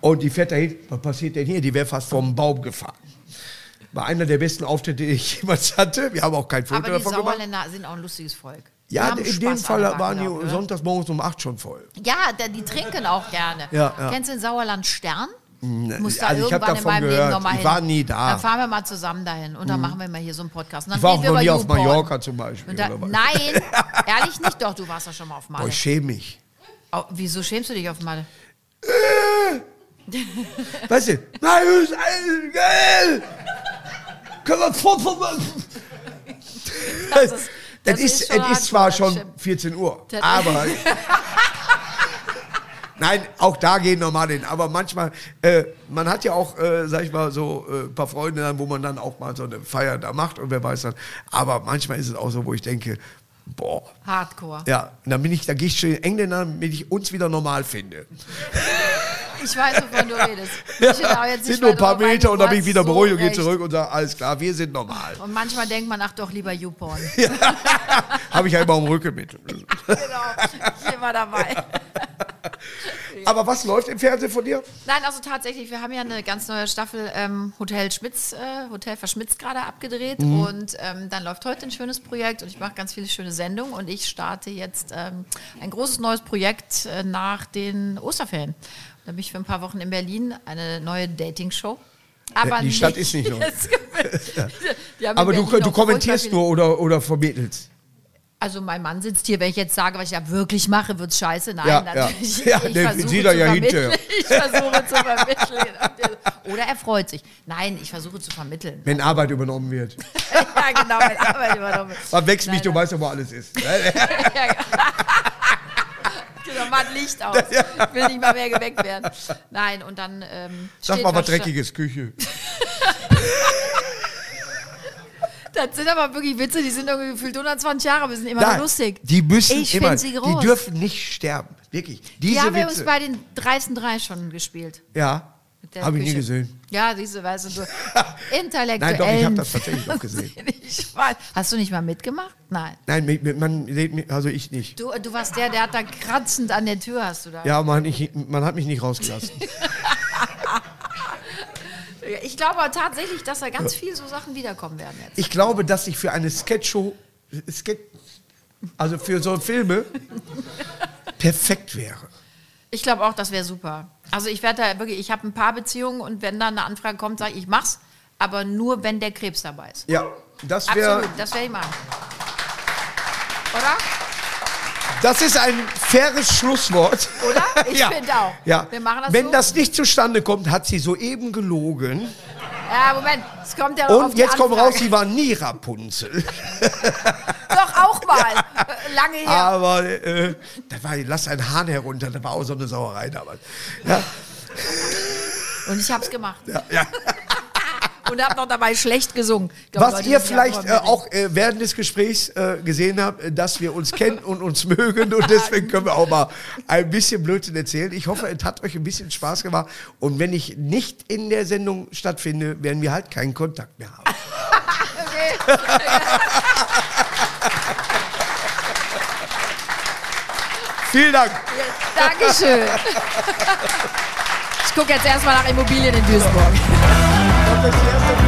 Und Oh, die fährt dahin, was passiert denn hier? Die wäre fast vom Baum gefahren. War einer der besten Auftritte, die ich jemals hatte. Wir haben auch kein Foto Aber die davon gemacht. Sauerländer sind auch ein lustiges Volk. Die Ja, haben in Spaß dem an Fall der ne? Backe waren die gehabt, oder? sonntags morgens um 8 schon voll. Ja, da, die trinken auch gerne. Ja, ja. Kennst du den Sauerland Stern? Muss da also ich hab davon irgendwann in meinem Leben gehört. nochmal Ich hin. war nie da. Mhm. Dann fahren wir mal zusammen dahin und dann machen wir mal hier so einen Podcast. Und dann Ich war reden auch wir noch über nie auf YouPorn. Mallorca zum Beispiel. Und da, oder was. nein, ehrlich nicht. Doch, du warst doch schon mal auf Boah, Malle. ich schäme mich. Oh, wieso schämst du dich auf Malle? Äh! Weißt du, nein, das ist alles geil. Können wir Foto machen? Das ist- das Es ist ist, schon es hart, ist zwar das schon stimmt. 14 Uhr, Das- aber. Nein, auch da gehen normal hin. Aber manchmal, äh, man hat ja auch, äh, sag ich mal, so äh, ein paar Freunde, dann, wo man dann auch mal so eine Feier da macht und wer weiß dann. Aber manchmal ist es auch so, wo ich denke, boah, Hardcore. ja, und dann bin ich, da gehe ich schon in Engländer, damit ich uns wieder normal finde. Ich weiß, wovon du redest. Ich Ja, hätte auch jetzt nicht sind nur ein weit paar drauf eingehen. Meter und dann bin ich Du wieder hast so beruhigt und gehe recht. zurück und sage, alles klar, wir sind normal. Und manchmal denkt man, ach doch, lieber YouPorn. Habe ich halt ja immer am Rücken mit. genau, ich bin immer dabei. Aber was läuft im Fernsehen von dir? Nein, also tatsächlich, wir haben ja eine ganz neue Staffel ähm, Hotel Schmitz, äh, Hotel Verschmitz gerade abgedreht Mhm. und ähm, dann läuft heute ein schönes Projekt und ich mache ganz viele schöne Sendungen und ich starte jetzt ähm, ein großes neues Projekt äh, nach den Osterferien. Da bin ich für ein paar Wochen in Berlin, eine neue Dating-Show. Aber Die Stadt ist nicht neu. Jetzt- Die haben in Aber du, Berlin noch du kommentierst furchtbar viele- nur oder, oder vermittelst. Also mein Mann sitzt hier, wenn ich jetzt sage, was ich ja wirklich mache, wird's scheiße. Nein, Ja, ja. natürlich. Ja, ich der versuche sieht er zu ja vermitteln. hinterher. Ich versuche zu vermitteln. Oder er freut sich. Nein, ich versuche zu vermitteln. Wenn Arbeit übernommen wird. ja, genau, meine Arbeit übernommen. Man wächst nicht, um- Nein, du weißt ja, wo alles ist. Ja, genau. da war ein Licht aus. Ich will nicht mal mehr geweckt werden. Nein, und dann. Ähm, Sag steht mal was wahrscheinlich- Dreckiges, Küche. Das sind aber wirklich Witze, die sind irgendwie gefühlt 120 Jahre, aber sind immer Nein, noch lustig. Die müssen ich immer, find sie die groß. dürfen nicht sterben. Wirklich. Diese die haben wir uns Witze. bei den dreisten drei schon gespielt. ja, Mit der habe ich nie Küche. gesehen. Ja, diese Weise so intellektuell. Nein, doch, ich habe das tatsächlich auch gesehen. Ich weiß. Hast du nicht mal mitgemacht? Nein. Nein, mit- mit- man, lebt mit- also ich nicht. Du, du warst der, der hat da kratzend an der Tür, hast du da. Ja, man, ich, man hat mich nicht rausgelassen. Ich glaube aber tatsächlich, dass da ganz viel so Sachen wiederkommen werden jetzt. Ich glaube, dass ich für eine Sketchshow, Sketch, also für so Filme, perfekt wäre. Ich glaube auch, das wäre super. Also ich werde da wirklich, ich habe ein paar Beziehungen und wenn da eine Anfrage kommt, sage ich, ich mach's, aber nur wenn der Krebs dabei ist. Ja, das wäre. Absolut, das werde ich machen. Oder? Das ist ein faires Schlusswort. Oder? Ich ja. finde auch. Ja. Wir machen das Wenn so. das nicht zustande kommt, hat sie soeben gelogen. Ja, Moment, es kommt ja noch auf Und die jetzt kommt raus, Anfrage. sie war nie Rapunzel. Doch auch mal. Äh, Lange her. Aber äh, da war, lass einen Hahn herunter, da war auch so eine Sauerei damals. Ja, Und ich habe es gemacht. ja. Und habe noch dabei schlecht gesungen. Ich glaub, Was Leute ihr wissen ja, vielleicht woran äh, wir reden. auch äh, während des Gesprächs äh, gesehen habt, äh, dass wir uns kennen und uns mögen und deswegen können wir auch mal ein bisschen Blödsinn erzählen. Ich hoffe, es hat euch ein bisschen Spaß gemacht und wenn ich nicht in der Sendung stattfinde, werden wir halt keinen Kontakt mehr haben. Okay. Vielen Dank. Dankeschön. Ich gucke jetzt erstmal nach Immobilien in Duisburg. Das ist die erste